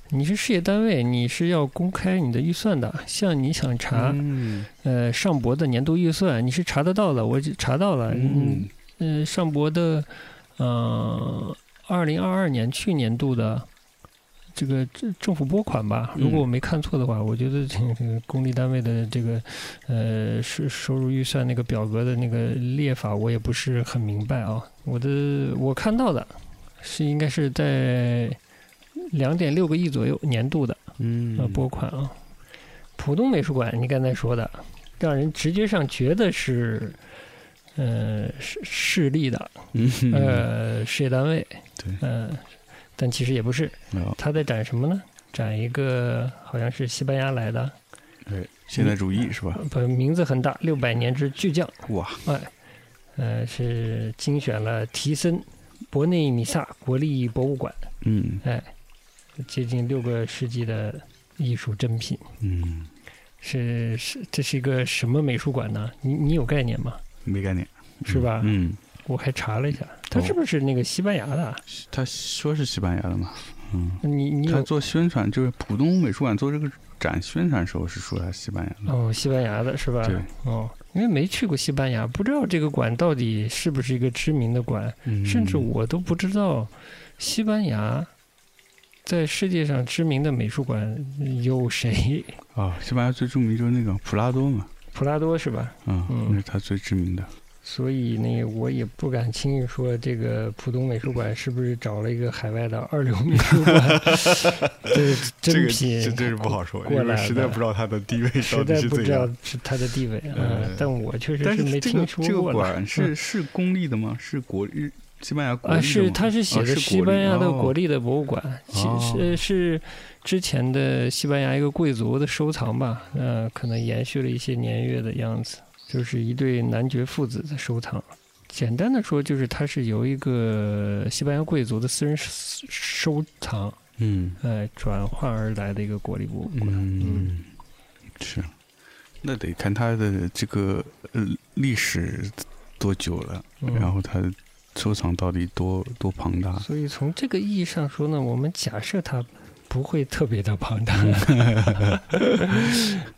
Speaker 2: 你是事业单位，你是要公开你的预算的。像你想查、
Speaker 1: 嗯
Speaker 2: 呃上博的年度预算，你是查得到的，我就查到了。
Speaker 1: 嗯，
Speaker 2: 嗯，呃上博的，呃，二零二二年去年度的这个政政府拨款吧，
Speaker 1: 嗯
Speaker 2: 如果我没看错的话，我觉得这个这个公立单位的这个呃收收入预算那个表格的那个列法，我也不是很明白啊。我的我看到的是应该是在两点六个亿左右年度的。呃
Speaker 1: 嗯，
Speaker 2: 拨款啊。浦东美术馆，你刚才说的，让人直觉上觉得是，呃，市市立的，
Speaker 1: 嗯，
Speaker 2: 呃，事业单位，
Speaker 1: 对
Speaker 2: 嗯、但其实也不是，
Speaker 1: 哦
Speaker 2: 他在展什么呢？展一个好像是西班牙来的，
Speaker 1: 哎，现代主义是吧？
Speaker 2: 不，名字很大，《六百年之巨匠》，
Speaker 1: 哇，
Speaker 2: 呃，是精选了提森、博内米萨国立博物馆
Speaker 1: 嗯
Speaker 2: 接近六个世纪的艺术珍品。
Speaker 1: 嗯，
Speaker 2: 是是，这是一个什么美术馆呢？你你有概念吗？
Speaker 1: 没概念，
Speaker 2: 是吧
Speaker 1: 嗯，
Speaker 2: 我还查了一下，它
Speaker 1: 哦
Speaker 2: 是不是那个西班牙的啊？
Speaker 1: 他说是西班牙的嘛，嗯。
Speaker 2: 你你
Speaker 1: 他
Speaker 2: 有
Speaker 1: 做宣传，就是浦东美术馆做这个展宣传时候是说他西班牙
Speaker 2: 哦，西班牙的是吧
Speaker 1: 的，？对，
Speaker 2: 哦，因为没去过西班牙，不知道这个馆到底是不是一个知名的馆，
Speaker 1: 嗯
Speaker 2: 甚至我都不知道西班牙在世界上知名的美术馆有谁。
Speaker 1: 啊，西班牙最著名就是那个普拉多嘛，
Speaker 2: 普拉多是吧？
Speaker 1: 啊，
Speaker 2: 嗯
Speaker 1: 那是他最知名的，
Speaker 2: 所以呢，我也不敢轻易说这个浦东美术馆是不是找了一个海外的二流美术 馆，这是真品
Speaker 1: 真是不好说
Speaker 2: 过来的
Speaker 1: 道他的地位
Speaker 2: 实在不知道。是他的地位啊、
Speaker 1: 呃
Speaker 2: 但我确实
Speaker 1: 但
Speaker 2: 是
Speaker 1: 是
Speaker 2: 没
Speaker 1: 这
Speaker 2: 听
Speaker 1: 个
Speaker 2: 说
Speaker 1: 这个
Speaker 2: 过了。嗯
Speaker 1: 馆是是公立的吗？是国日西班牙国立
Speaker 2: 啊，
Speaker 1: 的
Speaker 2: 是
Speaker 1: 吗
Speaker 2: 它是写
Speaker 1: 哦
Speaker 2: 的西班牙的国
Speaker 1: 立
Speaker 2: 立的博物馆，其
Speaker 1: 哦
Speaker 2: 是是之前的西班牙一个贵族的收藏吧，呃，可能延续了一些年月的样子，就是一对男爵父子的收藏。简单的说，就是它是由一个西班牙贵族的私人收收藏，
Speaker 1: 嗯
Speaker 2: 呃，转化而来的一个国立博物馆。
Speaker 1: 嗯，是，那得看他的这个呃历史多久了，
Speaker 2: 嗯
Speaker 1: 然后他收藏到底多多庞大。
Speaker 2: 所以从这个意义上说呢，我们假设它不会特别的庞 大。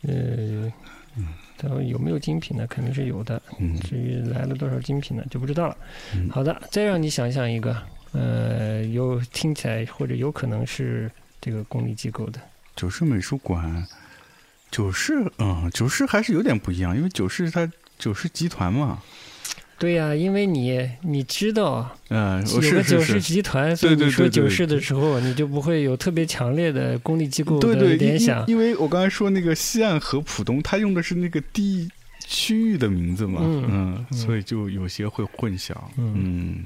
Speaker 2: 呃，它有没有精品呢？肯定是有的。
Speaker 1: 嗯
Speaker 2: 至于来了多少精品呢，就不知道了。
Speaker 1: 嗯
Speaker 2: 好的，再让你想象一个，呃，有听起来或者有可能是这个公立机构的，
Speaker 1: 九世美术馆，九世嗯，九世还是有点不一样，因为九世它九世集团嘛，
Speaker 2: 对呀、因为你你知道
Speaker 1: 嗯、呃，
Speaker 2: 有
Speaker 1: 是
Speaker 2: 个九
Speaker 1: 是
Speaker 2: 世
Speaker 1: 是，
Speaker 2: 集团，所以
Speaker 1: 对对
Speaker 2: 你说
Speaker 1: 对对
Speaker 2: 九世的时候，你就不会有特别强烈的公立机构
Speaker 1: 对
Speaker 2: 的
Speaker 1: 对，
Speaker 2: 联
Speaker 1: 因
Speaker 2: 想。
Speaker 1: 因为我刚才说那个西岸和浦东，它用的是那个地区域的名字嘛，嗯
Speaker 2: 嗯，嗯
Speaker 1: 所以就有些会混淆，嗯
Speaker 2: 嗯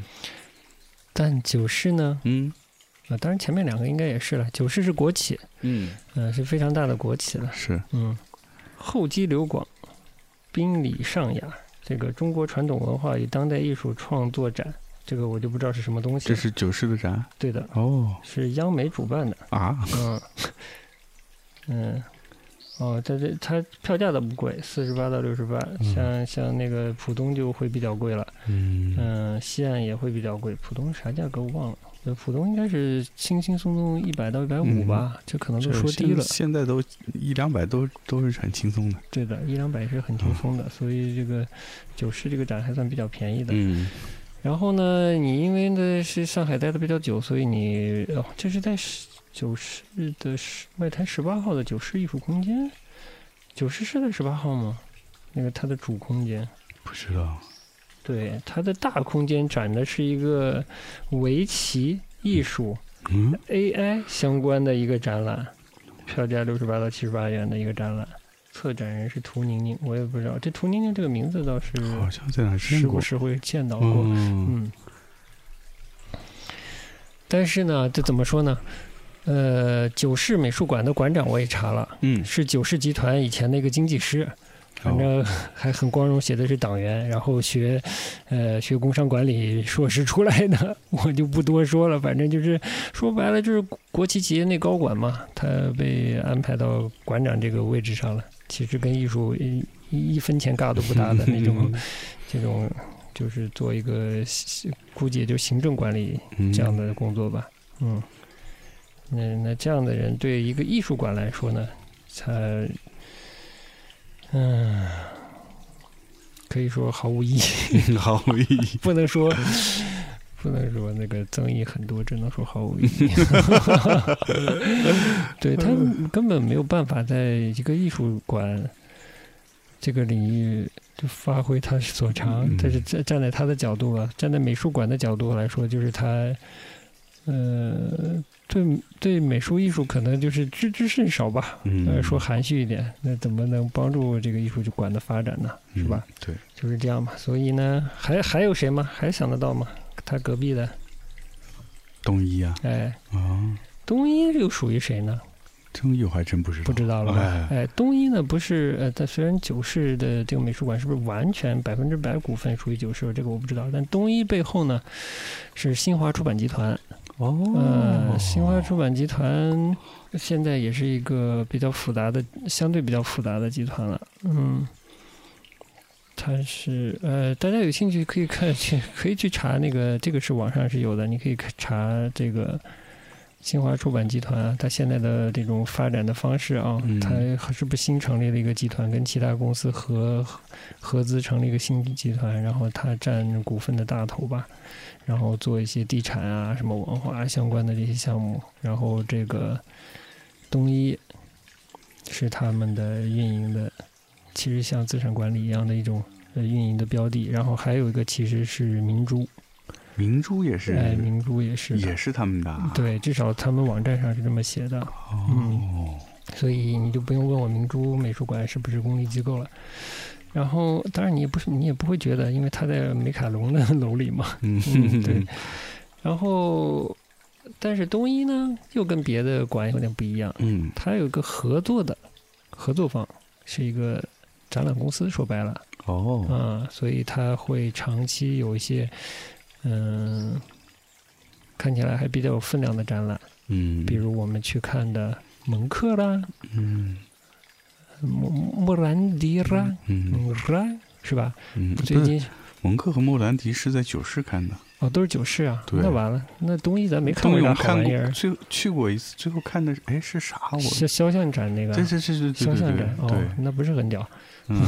Speaker 2: 但九世呢？
Speaker 1: 嗯
Speaker 2: 啊，当然前面两个应该也是了。九世是国企，
Speaker 1: 嗯，
Speaker 2: 嗯、是非常大的国企了。
Speaker 1: 是，
Speaker 2: 嗯，厚积流广，宾礼尚雅，这个中国传统文化与当代艺术创作展，这个我就不知道是什么东西
Speaker 1: 这
Speaker 2: 了。
Speaker 1: 是九世的展
Speaker 2: 对的，
Speaker 1: 哦
Speaker 2: 是央媒主办的。
Speaker 1: 啊，
Speaker 2: 嗯嗯，哦，它这它票价倒不贵，四十八到六十八，
Speaker 1: 嗯
Speaker 2: 像像那个浦东就会比较贵了，
Speaker 1: 嗯
Speaker 2: 嗯、西岸也会比较贵，浦东啥价格我忘了，呃浦东应该是轻轻松松一百到一百五
Speaker 1: 嗯
Speaker 2: 吧，这可能
Speaker 1: 这
Speaker 2: 都说低了，
Speaker 1: 现在都一两百都都是很轻松的。
Speaker 2: 对的，一两百是很轻松的，所以这个九市这个展还算比较便宜的。
Speaker 1: 嗯，
Speaker 2: 然后呢，你因为呢是上海待的比较久，所以你哦，这是在十九市的十外滩十八号的九市艺术空间，九市是在十八号吗？那个它的主空间，
Speaker 1: 不知道。
Speaker 2: 对，它的大空间展的是一个围棋艺术
Speaker 1: 嗯，
Speaker 2: AI 相关的一个展览，票价六十八到七十八元的一个展览，策展人是涂宁宁，我也不知道这涂宁宁这个名字倒是
Speaker 1: 好像在哪儿见
Speaker 2: 时
Speaker 1: 过
Speaker 2: 不。时会见到过。
Speaker 1: 嗯
Speaker 2: 嗯，但是呢，这怎么说呢？呃，九市美术馆的馆长我也查了，
Speaker 1: 嗯，
Speaker 2: 是九市集团以前的一个经济师，反
Speaker 1: 哦
Speaker 2: 正还很光荣，写的是党员，然后学，呃，学工商管理硕士出来的， 我就不多说了。反正就是说白了，就是国企企业内高管嘛，他被安排到馆长这个位置上了，其实跟艺术一一分钱嘎都不搭的那 种这种就是做一个估计也就行政管理
Speaker 1: 嗯
Speaker 2: 这样 的工作吧。嗯，那那这样的人对一个艺术馆来说呢，他嗯，可以说毫无意义，
Speaker 1: 毫无意义。
Speaker 2: 不能说。不能说那个争议很多，只能说毫无意 义。对他
Speaker 1: 嗯
Speaker 2: 根本没有办法在一个艺术馆这个领域就发挥他所长
Speaker 1: 嗯。
Speaker 2: 但是站站在他的角度啊，站在美术馆的角度来说，就是他，呃，对对美术艺术可能就是知之甚少吧。呃，
Speaker 1: 嗯，
Speaker 2: 说含蓄一点，那怎么能帮助这个艺术馆的发展呢？
Speaker 1: 嗯
Speaker 2: 是吧？
Speaker 1: 对，
Speaker 2: 就是这样嘛。所以呢，还还有谁吗？还想得到吗？他隔壁的，
Speaker 1: 东一啊
Speaker 2: 哎，
Speaker 1: 啊，
Speaker 2: 东一又属于谁呢？
Speaker 1: 东一我还真不知道。
Speaker 2: 不知道了吧？
Speaker 1: 哎
Speaker 2: 哎，东一呢不是呃，但虽然九市的这个美术馆是不是完全百分之百股份属于九市，这个我不知道。但东一背后呢是新华出版集团，呃，
Speaker 1: 哦
Speaker 2: 新华出版集团现在也是一个比较复杂的，相对比较复杂的集团了。嗯，它是呃，大家有兴趣可以看 去，可以去查那个，这个是网上是有的，你可以查这个新华出版集团啊它现在的这种发展的方式啊，
Speaker 1: 嗯
Speaker 2: 它是不是新成立了一个集团，跟其他公司合合资成立一个新集团，然后它占股份的大头吧。然后做一些地产啊、什么文化相关的这些项目。然后这个东一是他们的运营的，其实像资产管理一样的一种呃运营的标的。然后还有一个其实是明珠，
Speaker 1: 明珠也是，
Speaker 2: 哎，明珠也是的
Speaker 1: 也是他们的啊。
Speaker 2: 对，至少他们网站上是这么写的。
Speaker 1: 哦，
Speaker 2: 所以你就不用问我明珠美术馆是不是公立机构了。然后，当然你也不是，你也不会觉得，因为它在美卡龙的 楼里嘛，嗯，对。 然后，但是东一呢，又跟别的馆有点不一样，
Speaker 1: 嗯，
Speaker 2: 它有一个合作的合作方，是一个展览公司，说白了，
Speaker 1: 哦，
Speaker 2: 啊、所以它会长期有一些，嗯、看起来还比较有分量的展览，
Speaker 1: 嗯，
Speaker 2: 比，如我们去看的蒙克啦、
Speaker 1: 嗯
Speaker 2: 莫莫兰迪啦、
Speaker 1: 嗯
Speaker 2: 蒙拉，是吧？
Speaker 1: 嗯，
Speaker 2: 最
Speaker 1: 不是
Speaker 2: 近
Speaker 1: 蒙克和莫兰迪是在九市看的，
Speaker 2: 哦，都是九市啊，
Speaker 1: 对
Speaker 2: 那完了，那东一咱没看
Speaker 1: 东
Speaker 2: 过
Speaker 1: 一我
Speaker 2: 啥
Speaker 1: 们
Speaker 2: 好
Speaker 1: 看
Speaker 2: 玩意儿
Speaker 1: 过，。最后去过一次，最后看的是哎是啥我？
Speaker 2: 肖肖像展那个啊，
Speaker 1: 对对对对对
Speaker 2: 肖
Speaker 1: 对
Speaker 2: 像展
Speaker 1: 对
Speaker 2: 哦，
Speaker 1: 对，
Speaker 2: 那不是很屌。
Speaker 1: 嗯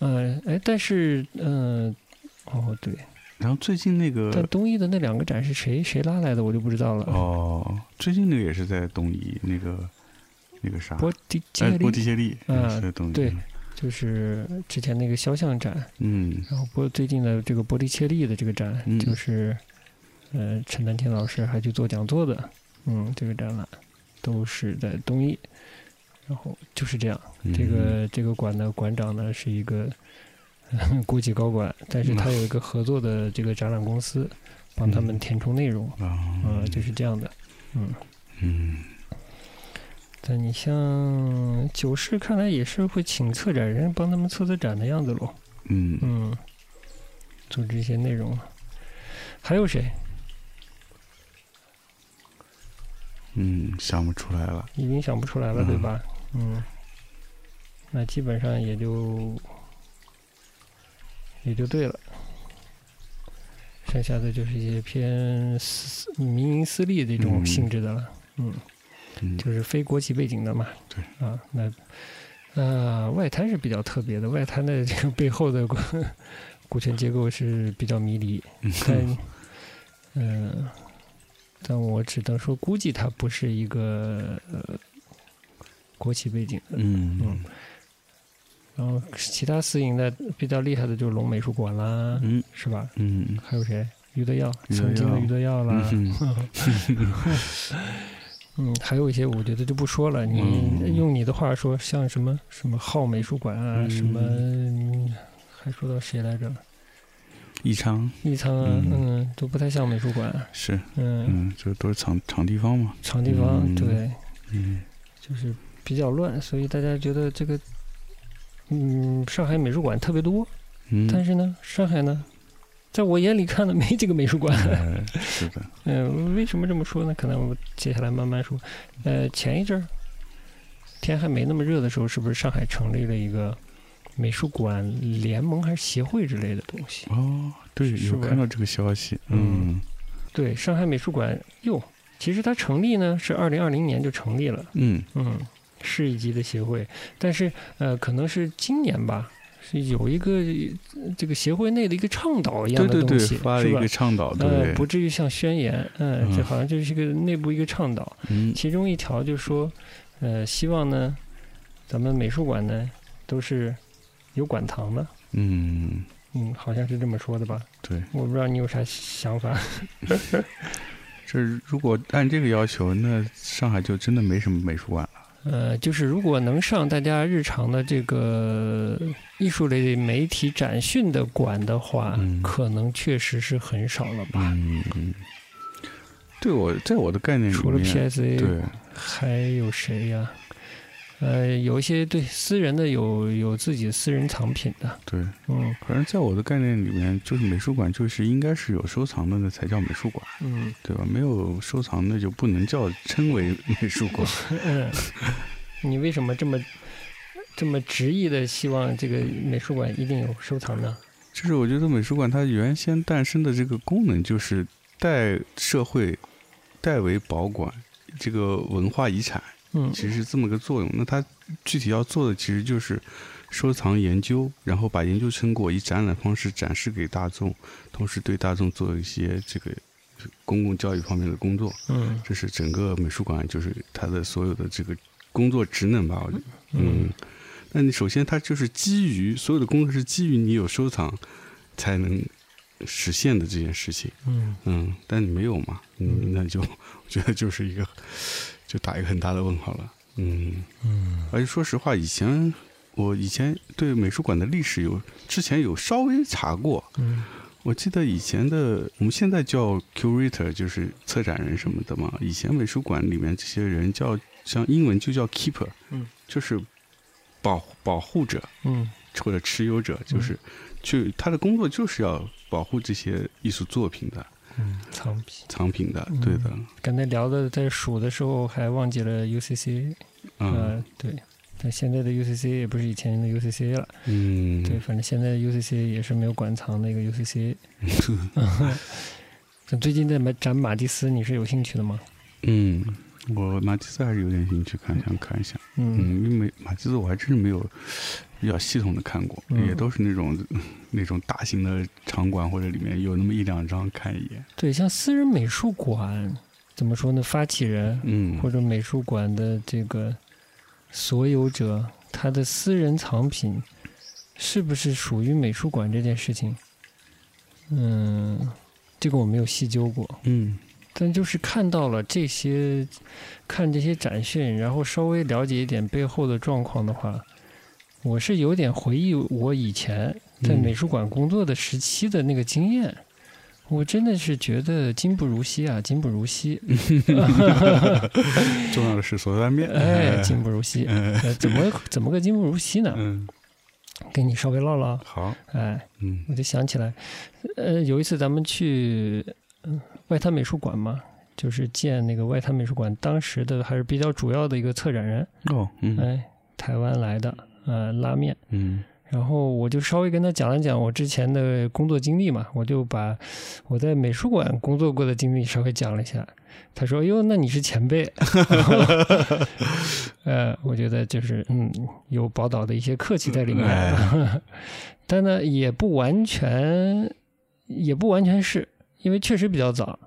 Speaker 2: 嗯，哎，但是嗯、哦对，
Speaker 1: 然后最近那
Speaker 2: 但
Speaker 1: 个
Speaker 2: 东艺的那两个展是谁谁拉来的，我就不知道了。，
Speaker 1: 呃哦，最近那个也是在东一那个那个啥，
Speaker 2: 波迪杰
Speaker 1: 哎波
Speaker 2: 利
Speaker 1: 提切利，
Speaker 2: 嗯
Speaker 1: 也是在东一
Speaker 2: 对，就是之前那个肖像展，
Speaker 1: 嗯
Speaker 2: 然后波最近的这个波迪切利的这个展，
Speaker 1: 嗯
Speaker 2: 就是呃陈丹青老师还去做讲座的，嗯，这个展览都是在东艺，然后就是这样。
Speaker 1: 嗯
Speaker 2: 这个这个馆的馆长呢是一个 呃国企高管，但是他有一个合作的这个展览公司，帮他
Speaker 1: 嗯
Speaker 2: 们填充内容，
Speaker 1: 啊
Speaker 2: 啊，就是这样的。嗯，
Speaker 1: 嗯
Speaker 2: 但你像九市，看来也是会请策展人帮他们策策展的样子喽。
Speaker 1: 嗯，
Speaker 2: 嗯，组织一些内啊容。还有谁？
Speaker 1: 嗯，想不出来了。
Speaker 2: 已经想不出来了，对吧？嗯，那基本上也就也就对了。剩下的就是一些偏私民营私立这种
Speaker 1: 嗯
Speaker 2: 性质的了，嗯，
Speaker 1: 嗯，
Speaker 2: 就是非国企背景的嘛。
Speaker 1: 对
Speaker 2: 啊，那呃，外滩是比较特别的，外滩的这个背后的股股权结构是比较迷离，但嗯、但我只能说，估计它不是一个呃国企背景的。
Speaker 1: 嗯
Speaker 2: 然后其他私营的比较厉害的就是龙美术馆啦，
Speaker 1: 嗯
Speaker 2: 是吧？
Speaker 1: 嗯
Speaker 2: 还有谁？余德耀，
Speaker 1: 余德
Speaker 2: 曾经的
Speaker 1: 耀
Speaker 2: 余德耀啦，
Speaker 1: 嗯哼，
Speaker 2: 嗯， 还有一些我觉得就不说了。你、
Speaker 1: 嗯
Speaker 2: 用你的话说，像什么什么浩美术馆啊，
Speaker 1: 嗯
Speaker 2: 什么、嗯还说到谁来着？
Speaker 1: 宜昌
Speaker 2: 艺仓啊，
Speaker 1: 嗯
Speaker 2: 嗯都不太像美术馆。
Speaker 1: 是，
Speaker 2: 嗯，
Speaker 1: 嗯，这都是场场地方嘛。
Speaker 2: 场地方、
Speaker 1: 嗯
Speaker 2: 对，
Speaker 1: 嗯
Speaker 2: 就是比较乱，所以大家觉得这个，嗯，上海美术馆特别多，
Speaker 1: 嗯，
Speaker 2: 但是呢，上海呢，在我眼里看呢，没这个美术馆。
Speaker 1: 哎是的，
Speaker 2: 嗯，为什么这么说呢？可能我接下来慢慢说。呃，前一阵儿天还没那么热的时候，是不是上海成立了一个美术馆联盟还是协会之类的东西？
Speaker 1: 哦，对，
Speaker 2: 是
Speaker 1: 有
Speaker 2: 吧
Speaker 1: 看到这个消息。
Speaker 2: 嗯
Speaker 1: 嗯
Speaker 2: 对，上海美术馆哟，其实它成立呢是二零二零年就成立了，
Speaker 1: 嗯
Speaker 2: 嗯，市一级的协会，但是呃，可能是今年吧。是有一个呃这个协会内的一个倡导一样
Speaker 1: 对对
Speaker 2: 的东
Speaker 1: 对
Speaker 2: 西，，
Speaker 1: 发了
Speaker 2: 是
Speaker 1: 一
Speaker 2: 吧
Speaker 1: 个？倡导，
Speaker 2: 呃
Speaker 1: 对，，
Speaker 2: 不至于像宣言，嗯，这
Speaker 1: 嗯
Speaker 2: 好像就是一个内部一个倡导。
Speaker 1: 嗯
Speaker 2: 其中一条就说，呃，希望呢，咱们美术馆呢都是有馆藏的，
Speaker 1: 嗯，
Speaker 2: 嗯，好像是这么说的吧？
Speaker 1: 对，
Speaker 2: 我不知道你有啥想法。
Speaker 1: 这如果按这个要求，那上海就真的没什么美术馆了。
Speaker 2: 呃，就是如果能上大家日常的这个艺术类媒体展讯的馆的话，
Speaker 1: 嗯
Speaker 2: 可能确实是很少了吧？
Speaker 1: 嗯，嗯对我在我的概念里面，
Speaker 2: 除了
Speaker 1: 嗯
Speaker 2: PSA，
Speaker 1: 对，
Speaker 2: 还有谁呀、呃，有一些对私人的有有自己私人藏品的，
Speaker 1: 对，
Speaker 2: 嗯
Speaker 1: 反正在我的概念里面，就是美术馆就是应该是有收藏的，那才叫美术馆，
Speaker 2: 嗯
Speaker 1: 对吧？没有收藏的就不能叫称为美术 馆。
Speaker 2: 嗯， 你为什么这么这么执意的希望这个美术馆一定有收藏呢？
Speaker 1: 就是我觉得美术馆它原先诞生的这个功能就是代社会、代为保管这个文化遗产，
Speaker 2: 嗯
Speaker 1: 其实是这么个作用。那它具体要做的其实就是收藏研究，然后把研究成果以展览方式展示给大众，同时对大众做一些这个公共教育方面的工作。
Speaker 2: 嗯
Speaker 1: 这是整个美术馆就是它的所有的这个工作职能吧，我觉得。嗯，那你首先它就是基于所有的工作是基于你有收藏才能实现的这件事情，
Speaker 2: 嗯
Speaker 1: 嗯，但你没有嘛，嗯，
Speaker 2: 嗯
Speaker 1: 那就 我觉得就是一个就打一个很大的问号了，嗯，
Speaker 2: 嗯
Speaker 1: 而且说实话，以前我以前对美术馆的历史有之前有稍微查过，
Speaker 2: 嗯
Speaker 1: 我记得以前的，我们现在叫 curator，就是策展人什么的嘛。以前美术馆里面这些人叫，像英文就叫 keeper，
Speaker 2: 嗯，
Speaker 1: 就是保保护者
Speaker 2: 嗯
Speaker 1: 或者持有者，就是去他的工作就是要保护这些艺术作品的
Speaker 2: 嗯，藏品。
Speaker 1: 藏品的
Speaker 2: 嗯，
Speaker 1: 对的，
Speaker 2: 刚才聊的在数的时候还忘记了 UCC，
Speaker 1: 嗯
Speaker 2: 呃，对。但现在的 UCC 也不是以前的 UCC 了，
Speaker 1: 嗯，
Speaker 2: 对，反正现在的 UCC 也是没有馆藏的一个 UCC。但最近在买展马蒂斯，你是有兴趣的吗？
Speaker 1: 嗯，我马蒂斯还是有点兴趣看，想看一下。
Speaker 2: 嗯
Speaker 1: 嗯，因为马吉子我还真是没有比较系统的看过，
Speaker 2: 嗯
Speaker 1: 也都是那种那种大型的场馆或者里面有那么一两张看一眼。
Speaker 2: 对，像私人美术馆，怎么说呢？发起人
Speaker 1: 嗯
Speaker 2: 或者美术馆的这个所有者，他的私人藏品是不是属于美术馆这件事情？嗯，这个我没有细究过，
Speaker 1: 嗯
Speaker 2: 但就是看到了这些，看这些展讯，然后稍微了解一点背后的状况的话，我是有点回忆我以前在
Speaker 1: 嗯
Speaker 2: 美术馆工作的时期的那个经验。我真的是觉得今不如昔啊，今不如昔，
Speaker 1: 重要的是索断面。
Speaker 2: 哎，今不如昔，
Speaker 1: 嗯
Speaker 2: 呃怎么怎么个今不如昔呢？
Speaker 1: 嗯，
Speaker 2: 跟你稍微唠唠，
Speaker 1: 好，
Speaker 2: 哎，
Speaker 1: 嗯
Speaker 2: 呃我就想起来，呃，有一次咱们去嗯外滩美术馆嘛，就是建那个外滩美术馆当时的还是比较主要的一个策展人，
Speaker 1: 哦，嗯
Speaker 2: 哎，台湾来的，呃，拉面。
Speaker 1: 嗯
Speaker 2: 然后我就稍微跟他讲了讲我之前的工作经历嘛，我就把我在美术馆工作过的经历稍微讲了一下。他说：“哟，那你是前辈。” 呃，我觉得就是嗯，有宝岛的一些客气在里面， 但呢也不完全，也不完全是因为确实比较早，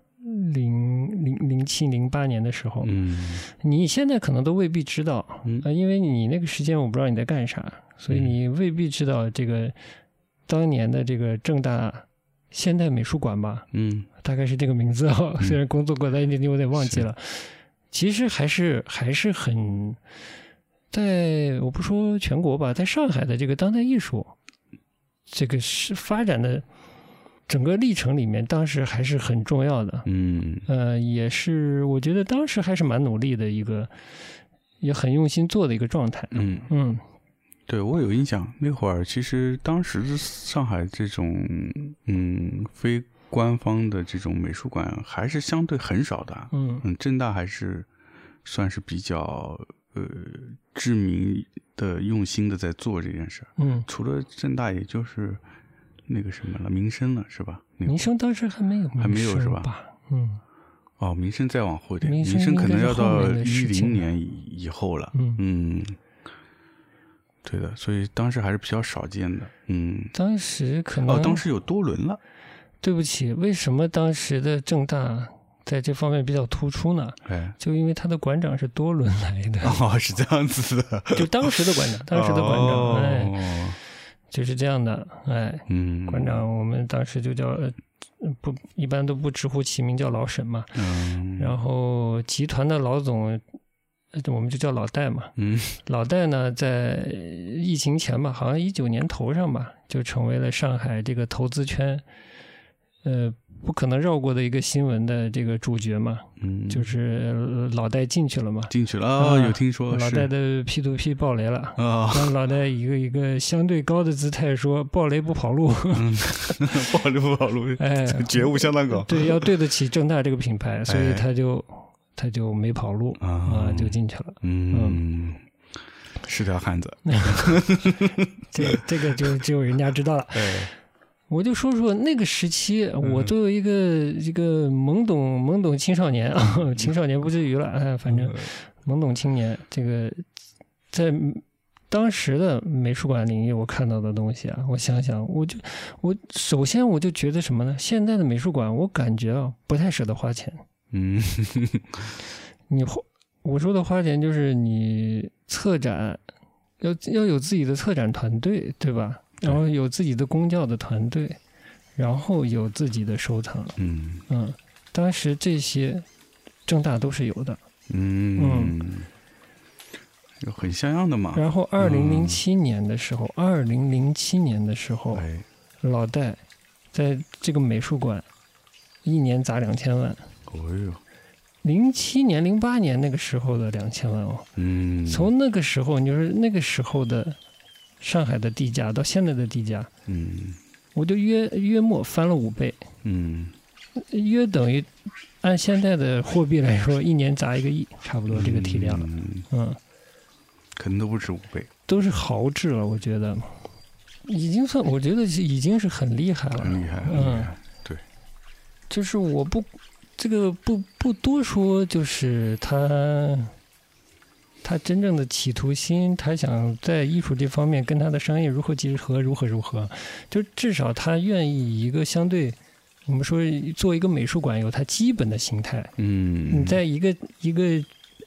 Speaker 2: 零零零七零八年的时候，
Speaker 1: 嗯
Speaker 2: 你现在可能都未必知道，
Speaker 1: 嗯
Speaker 2: 呃，因为你那个时间我不知道你在干啥，所以
Speaker 1: 嗯
Speaker 2: 你未必知道这个当年的这个正大现代美术馆吧，
Speaker 1: 嗯
Speaker 2: 大概是这个名字 哦。
Speaker 1: 嗯
Speaker 2: 虽然工作过，但你我得忘记了。其实还是还是很，在我不说全国吧，在上海的这个当代艺术这个是发展的整个历程里面，当时还是很重要的。
Speaker 1: 嗯
Speaker 2: 呃，也是我觉得当时还是蛮努力的一个，也很用心做的一个状态。
Speaker 1: 嗯，
Speaker 2: 嗯
Speaker 1: 对我有印象。那会儿其实当时的上海这种嗯非官方的这种美术馆还是相对很少的啊，
Speaker 2: 嗯
Speaker 1: 嗯，正大还是算是比较呃知名的、用心的在做这件事儿。
Speaker 2: 嗯，
Speaker 1: 除了正大，也就是那个什么了，民生了，是吧？那个
Speaker 2: 民生当时还没有，
Speaker 1: 还没有是吧
Speaker 2: 吧？嗯
Speaker 1: 哦，民生再往后一点，
Speaker 2: 民
Speaker 1: 民
Speaker 2: 生
Speaker 1: 生可能
Speaker 2: 应该是
Speaker 1: 要
Speaker 2: 后
Speaker 1: 到
Speaker 2: 面的
Speaker 1: 一
Speaker 2: 事
Speaker 1: 零
Speaker 2: 情了
Speaker 1: 年以以后了。
Speaker 2: 嗯，
Speaker 1: 嗯，对的，所以当时还是比较少见的。嗯，
Speaker 2: 当时可能
Speaker 1: 哦，当时有多轮了，
Speaker 2: 对不起，为什么当时的正大在这方面比较突出呢？
Speaker 1: 哎，
Speaker 2: 就因为他的馆长是多伦来的，
Speaker 1: 哦， 是这样子的，
Speaker 2: 就当时的馆长，哎当时的馆长，哎，
Speaker 1: 哦，
Speaker 2: 就是这样的，哎，
Speaker 1: 嗯，
Speaker 2: 馆，长，我们当时就叫呃不一般都不直呼其名叫老沈嘛，
Speaker 1: 嗯，
Speaker 2: 然后集团的老总，呃我们就叫老戴嘛。
Speaker 1: 嗯，
Speaker 2: 老戴呢，在呃疫情前吧，好像一九年头上吧，就成为了上海这个投资圈，呃，不可能绕过的一个新闻的这个主角嘛，
Speaker 1: 嗯，
Speaker 2: 就是呃老戴进去了嘛。
Speaker 1: 进去了啊，
Speaker 2: 啊
Speaker 1: 有听说
Speaker 2: 老戴
Speaker 1: 是
Speaker 2: 的 P to P 爆雷 了。
Speaker 1: 啊，
Speaker 2: 让老戴一个一个相对高的姿态说：“爆雷不跑 路。
Speaker 1: 暴露暴露”，
Speaker 2: 哎，
Speaker 1: 觉悟相当高
Speaker 2: 对，要对得起正大这个品牌，所
Speaker 1: 哎
Speaker 2: 以他就他就没跑路啊，就进去了。
Speaker 1: 嗯，是条汉子，
Speaker 2: 这这个就只有人家知道了。
Speaker 1: 哎，
Speaker 2: 我就说说那个时期，我作为一个一个懵懂懵懂青少年啊，青少年不至于了，哎，反
Speaker 1: 嗯
Speaker 2: 正懵懂青年，这个在当时的美术馆领域，我看到的东西啊，我想想，我就我首先我就觉得什么呢？现在的美术馆，我感觉啊，不太舍得花钱。
Speaker 1: 嗯
Speaker 2: 你花我说的花钱就是你策展要要有自己的策展团队，对吧？然后有自己的公教的团队，然后有自己的收藏，
Speaker 1: 嗯
Speaker 2: 嗯，当时这些正大都是有的。
Speaker 1: 嗯，有很像样的嘛，
Speaker 2: 然后二零零七年的时候，二零零七年的时候，
Speaker 1: 哎，
Speaker 2: 老戴在这个美术馆一年砸两千万，
Speaker 1: 哦呦，
Speaker 2: 零七年零八年那个时候的两千万哦，
Speaker 1: 嗯，
Speaker 2: 从那个时候，你说那个时候的上海的地价到现在的地价，
Speaker 1: 嗯
Speaker 2: 我就约约莫翻了五倍，
Speaker 1: 嗯，
Speaker 2: 约等于按现在的货币来说，一年砸一个亿，差不多这个体量了。
Speaker 1: 嗯
Speaker 2: 嗯，
Speaker 1: 可能都不止五倍，
Speaker 2: 都是豪掷了，我觉得已经算，我觉得是已经是很厉害了。
Speaker 1: 很厉害，很厉
Speaker 2: 嗯
Speaker 1: 害，，
Speaker 2: 就是我不这个不不多说，就是他。他真正的企图心，他想在艺术这方面跟他的商业如何结合，如何如何，就至少他愿意以一个相对，我们说做一个美术馆有它基本的形态。
Speaker 1: 嗯，
Speaker 2: 你在一个一个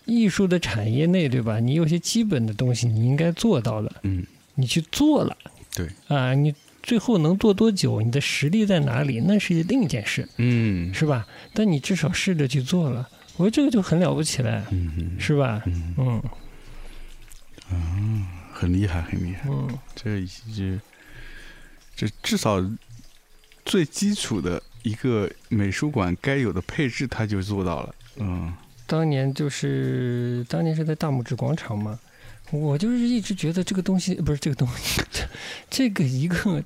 Speaker 2: 艺术的产业内，对吧？你有些基本的东西你应该做到的，
Speaker 1: 嗯
Speaker 2: 你去做了，
Speaker 1: 对
Speaker 2: 啊，你最后能做多久，你的实力在哪里，那是另一件事。
Speaker 1: 嗯
Speaker 2: 是吧？但你至少试着去做了，我觉得这个就很了不起了，
Speaker 1: 嗯
Speaker 2: 是吧？
Speaker 1: 嗯，
Speaker 2: 嗯
Speaker 1: 很厉害，很厉害。
Speaker 2: 嗯，
Speaker 1: 这已经这至少最基础的一个美术馆该有的配置，它就做到了。嗯
Speaker 2: 当年就是当年是在大拇指广场嘛， 我就是一直觉得这个东西不是这个东西，这个一个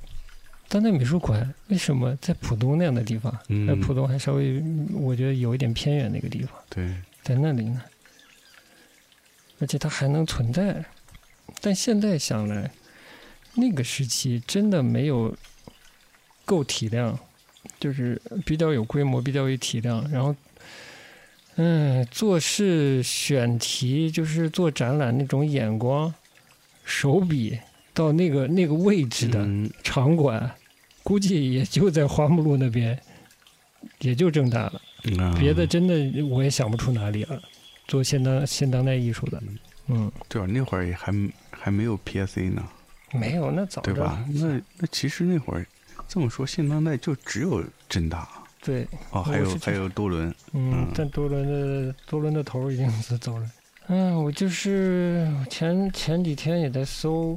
Speaker 2: 当代美术馆为什么在浦东那样的地方？那
Speaker 1: 嗯，
Speaker 2: 浦东还稍微，我觉得有一点偏远那个地方，
Speaker 1: 对，
Speaker 2: 在那里呢，而且它还能存在。但现在想来，那个时期真的没有够体量，就是比较有规模，比较有体量。然后，嗯，做事、选题，就是做展览那种眼光、手笔到那个那个位置的，
Speaker 1: 嗯
Speaker 2: 场馆，估计也就在花木路那边，也就正大了，
Speaker 1: 嗯啊
Speaker 2: 别的真的我也想不出哪里了。做现当现当代艺术的，嗯，
Speaker 1: 对吧？啊那会儿也还还没有 PSA 呢，
Speaker 2: 没有，那早
Speaker 1: 对
Speaker 2: 着
Speaker 1: 吧？那那其实那会儿这么说，现当代就只有正大
Speaker 2: 对，
Speaker 1: 哦，还
Speaker 2: 我
Speaker 1: 有
Speaker 2: 是
Speaker 1: 还有多伦，
Speaker 2: 嗯
Speaker 1: 嗯，
Speaker 2: 但多伦的多伦的头儿已经是走了。嗯，我就是前前几天也在搜，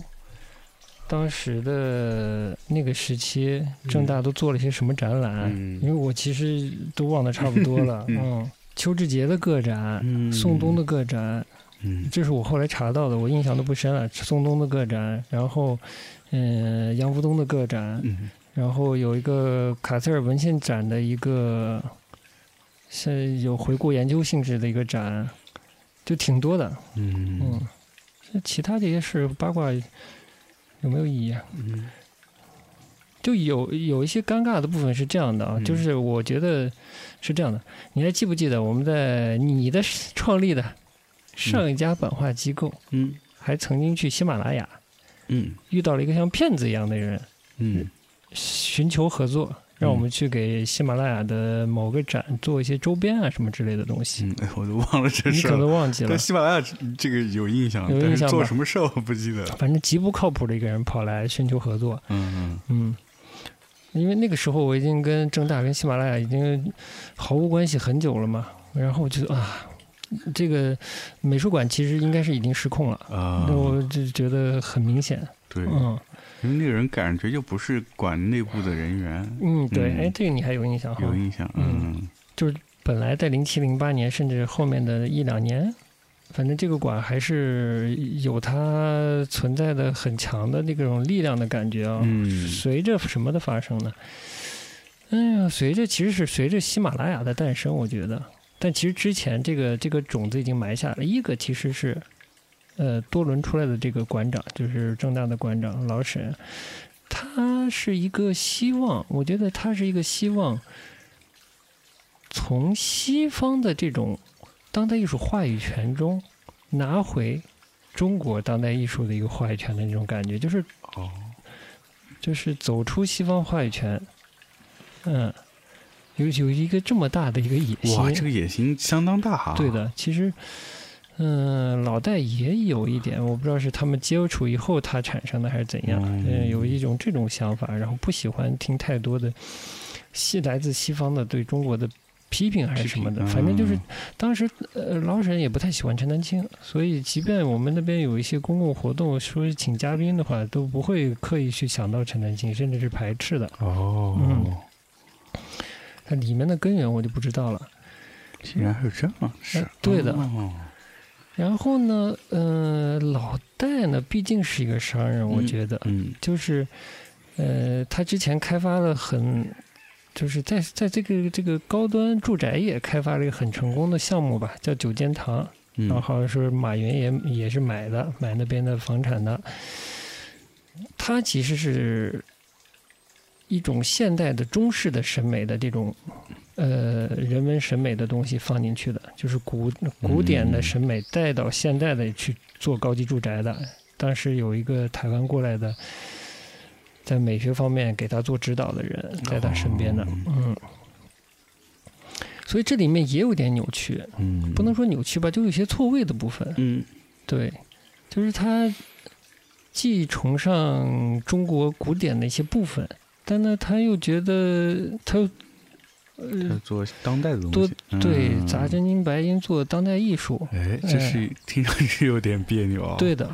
Speaker 2: 当时的那个时期，正大都做了些什么展览？因为
Speaker 1: 嗯
Speaker 2: 我其实都忘得差不多了。
Speaker 1: 嗯
Speaker 2: 嗯，邱志杰的个展，
Speaker 1: 嗯
Speaker 2: 宋冬的个展，
Speaker 1: 嗯
Speaker 2: 这是我后来查到的，我印象都不深了。宋冬的个展，然后，嗯、杨福东的个展，
Speaker 1: 嗯
Speaker 2: 然后有一个卡塞尔文献展的一个，是有回顾研究性质的一个展，就挺多的。嗯
Speaker 1: 嗯，
Speaker 2: 这其他这些事八卦有没有意义啊？
Speaker 1: 嗯
Speaker 2: 就有有一些尴尬的部分是这样的啊，
Speaker 1: 嗯
Speaker 2: 就是我觉得是这样的，你还记不记得我们在你的创立的上一家版画机构，
Speaker 1: 嗯
Speaker 2: 还曾经去喜马拉雅
Speaker 1: 嗯
Speaker 2: 遇到了一个像骗子一样的人，
Speaker 1: 嗯
Speaker 2: 寻求合作，让我们去给喜马拉雅的某个展做一些周边啊什么之类的东西。
Speaker 1: 嗯，哎，我都忘了这
Speaker 2: 你
Speaker 1: 事
Speaker 2: 可
Speaker 1: 儿了。
Speaker 2: 能忘记了
Speaker 1: 对，喜马拉雅这个有印象，
Speaker 2: 有印
Speaker 1: 但是
Speaker 2: 象
Speaker 1: 做
Speaker 2: 吧
Speaker 1: 什么事儿我不记得了。
Speaker 2: 反正极不靠谱的一个人跑来寻求合作，
Speaker 1: 嗯
Speaker 2: 嗯，因为那个时候我已经跟正大、跟喜马拉雅已经毫无关系很久了嘛，然后我觉得啊，这个美术馆其实应该是已经失控了，
Speaker 1: 嗯啊
Speaker 2: 那，我就觉得很明显，
Speaker 1: 对，
Speaker 2: 嗯
Speaker 1: 因为那个人感觉又不是管内部的人员，
Speaker 2: 嗯，对，
Speaker 1: 嗯
Speaker 2: 哎，这个你还有印象哈？
Speaker 1: 有印象。
Speaker 2: 嗯
Speaker 1: 嗯
Speaker 2: 本来在零七零八年，甚至后面的一两年，反正这个馆还是有它存在的很强的那种力量的感觉啊。
Speaker 1: 嗯
Speaker 2: 随着什么的发生呢？哎呀，随着其实是随着喜马拉雅的诞生，我觉得，但其实之前这个这个种子已经埋下了。一个其实是，呃，多伦出来的这个馆长，就是正大的馆长老沈，他是一个希望，我觉得他是一个希望，从西方的这种当代艺术话语权中拿回中国当代艺术的一个话语权的那种感觉，就是
Speaker 1: 哦，
Speaker 2: 就是走出西方话语权，嗯，有有一个这么大的一个野心，
Speaker 1: 哇，这个野心相当大啊！
Speaker 2: 对，的，其实。嗯，老戴也有一点，我不知道是他们接触以后他产生的还是怎样，
Speaker 1: 嗯
Speaker 2: 嗯，有一种这种想法，然后不喜欢听太多的西来自西方的对中国的批评还是什么的，
Speaker 1: 批评
Speaker 2: 反正就是
Speaker 1: 嗯
Speaker 2: 当时呃老沈也不太喜欢陈丹青，所以即便我们那边有一些公共活动说是请嘉宾的话，都不会刻意去想到陈丹青，甚至是排斥的。
Speaker 1: 哦
Speaker 2: 嗯，它里面的根源我就不知道了。
Speaker 1: 竟然还有这样的事
Speaker 2: 哎，对的
Speaker 1: 哦
Speaker 2: 然后呢，呃，老戴呢，毕竟是一个商人，我
Speaker 1: 嗯
Speaker 2: 觉得、
Speaker 1: 嗯
Speaker 2: 就是，呃，他之前开发了很，就是在在这个这个高端住宅业开发了一个很成功的项目吧，叫九间堂，然后
Speaker 1: 嗯
Speaker 2: 好像是马云也也是买的，买那边的房产的。它其实是一种现代的中式的审美的这种呃人文审美的东西放进去的，就是古古典的审美带到现代的去做高级住宅的。当时有一个台湾过来的，在美学方面给他做指导的人，在他身边的，嗯。所以这里面也有点扭曲，
Speaker 1: 嗯，
Speaker 2: 不能说扭曲吧，就有些错位的部分。
Speaker 1: 嗯
Speaker 2: 对，就是它既崇尚中国古典的一些部分，但呢，他又觉得他又
Speaker 1: 他做当代的东
Speaker 2: 多
Speaker 1: 西，
Speaker 2: 对
Speaker 1: 嗯
Speaker 2: 砸真金白银做当代艺术。
Speaker 1: 哎，这是听上去有点别扭啊。
Speaker 2: 对，的，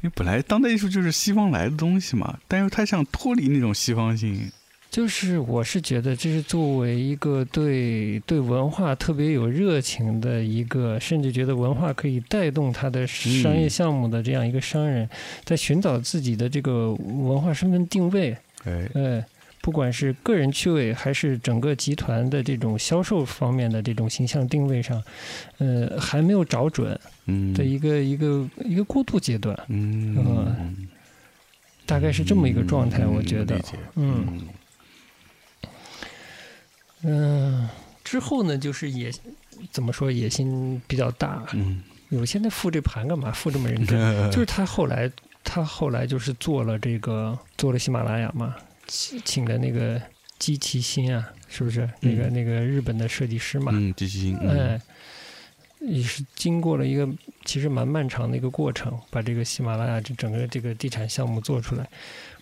Speaker 1: 因为本来当代艺术就是西方来的东西嘛，但又他想脱离那种西方性。
Speaker 2: 就是我是觉得这是作为一个对对文化特别有热情的一个，甚至觉得文化可以带动他的商业
Speaker 1: 嗯
Speaker 2: 项目的这样一个商人，在寻找自己的这个文化身份定位。
Speaker 1: 哎，
Speaker 2: 哎，不管是个人趣味还是整个集团的这种销售方面的这种形象定位上，呃，还没有找准
Speaker 1: 嗯，
Speaker 2: 的一个、一个一个过渡阶段，
Speaker 1: 嗯，嗯，
Speaker 2: 大概是这么一个状态，
Speaker 1: 嗯
Speaker 2: 我觉得
Speaker 1: 理。解
Speaker 2: 嗯嗯、之后呢，就是野怎么说野心比较大，
Speaker 1: 嗯，
Speaker 2: 有现在复这盘干嘛？复这么认真？
Speaker 1: 嗯
Speaker 2: 就是他后来，他后来就是做了这个，做了喜马拉雅嘛，请请的那个姬其新啊，是不是？那个那个日本的设计师嘛，
Speaker 1: 嗯，机器人，嗯
Speaker 2: 哎，也是经过了一个其实蛮漫长的一个过程，把这个喜马拉雅这整个这个地产项目做出来。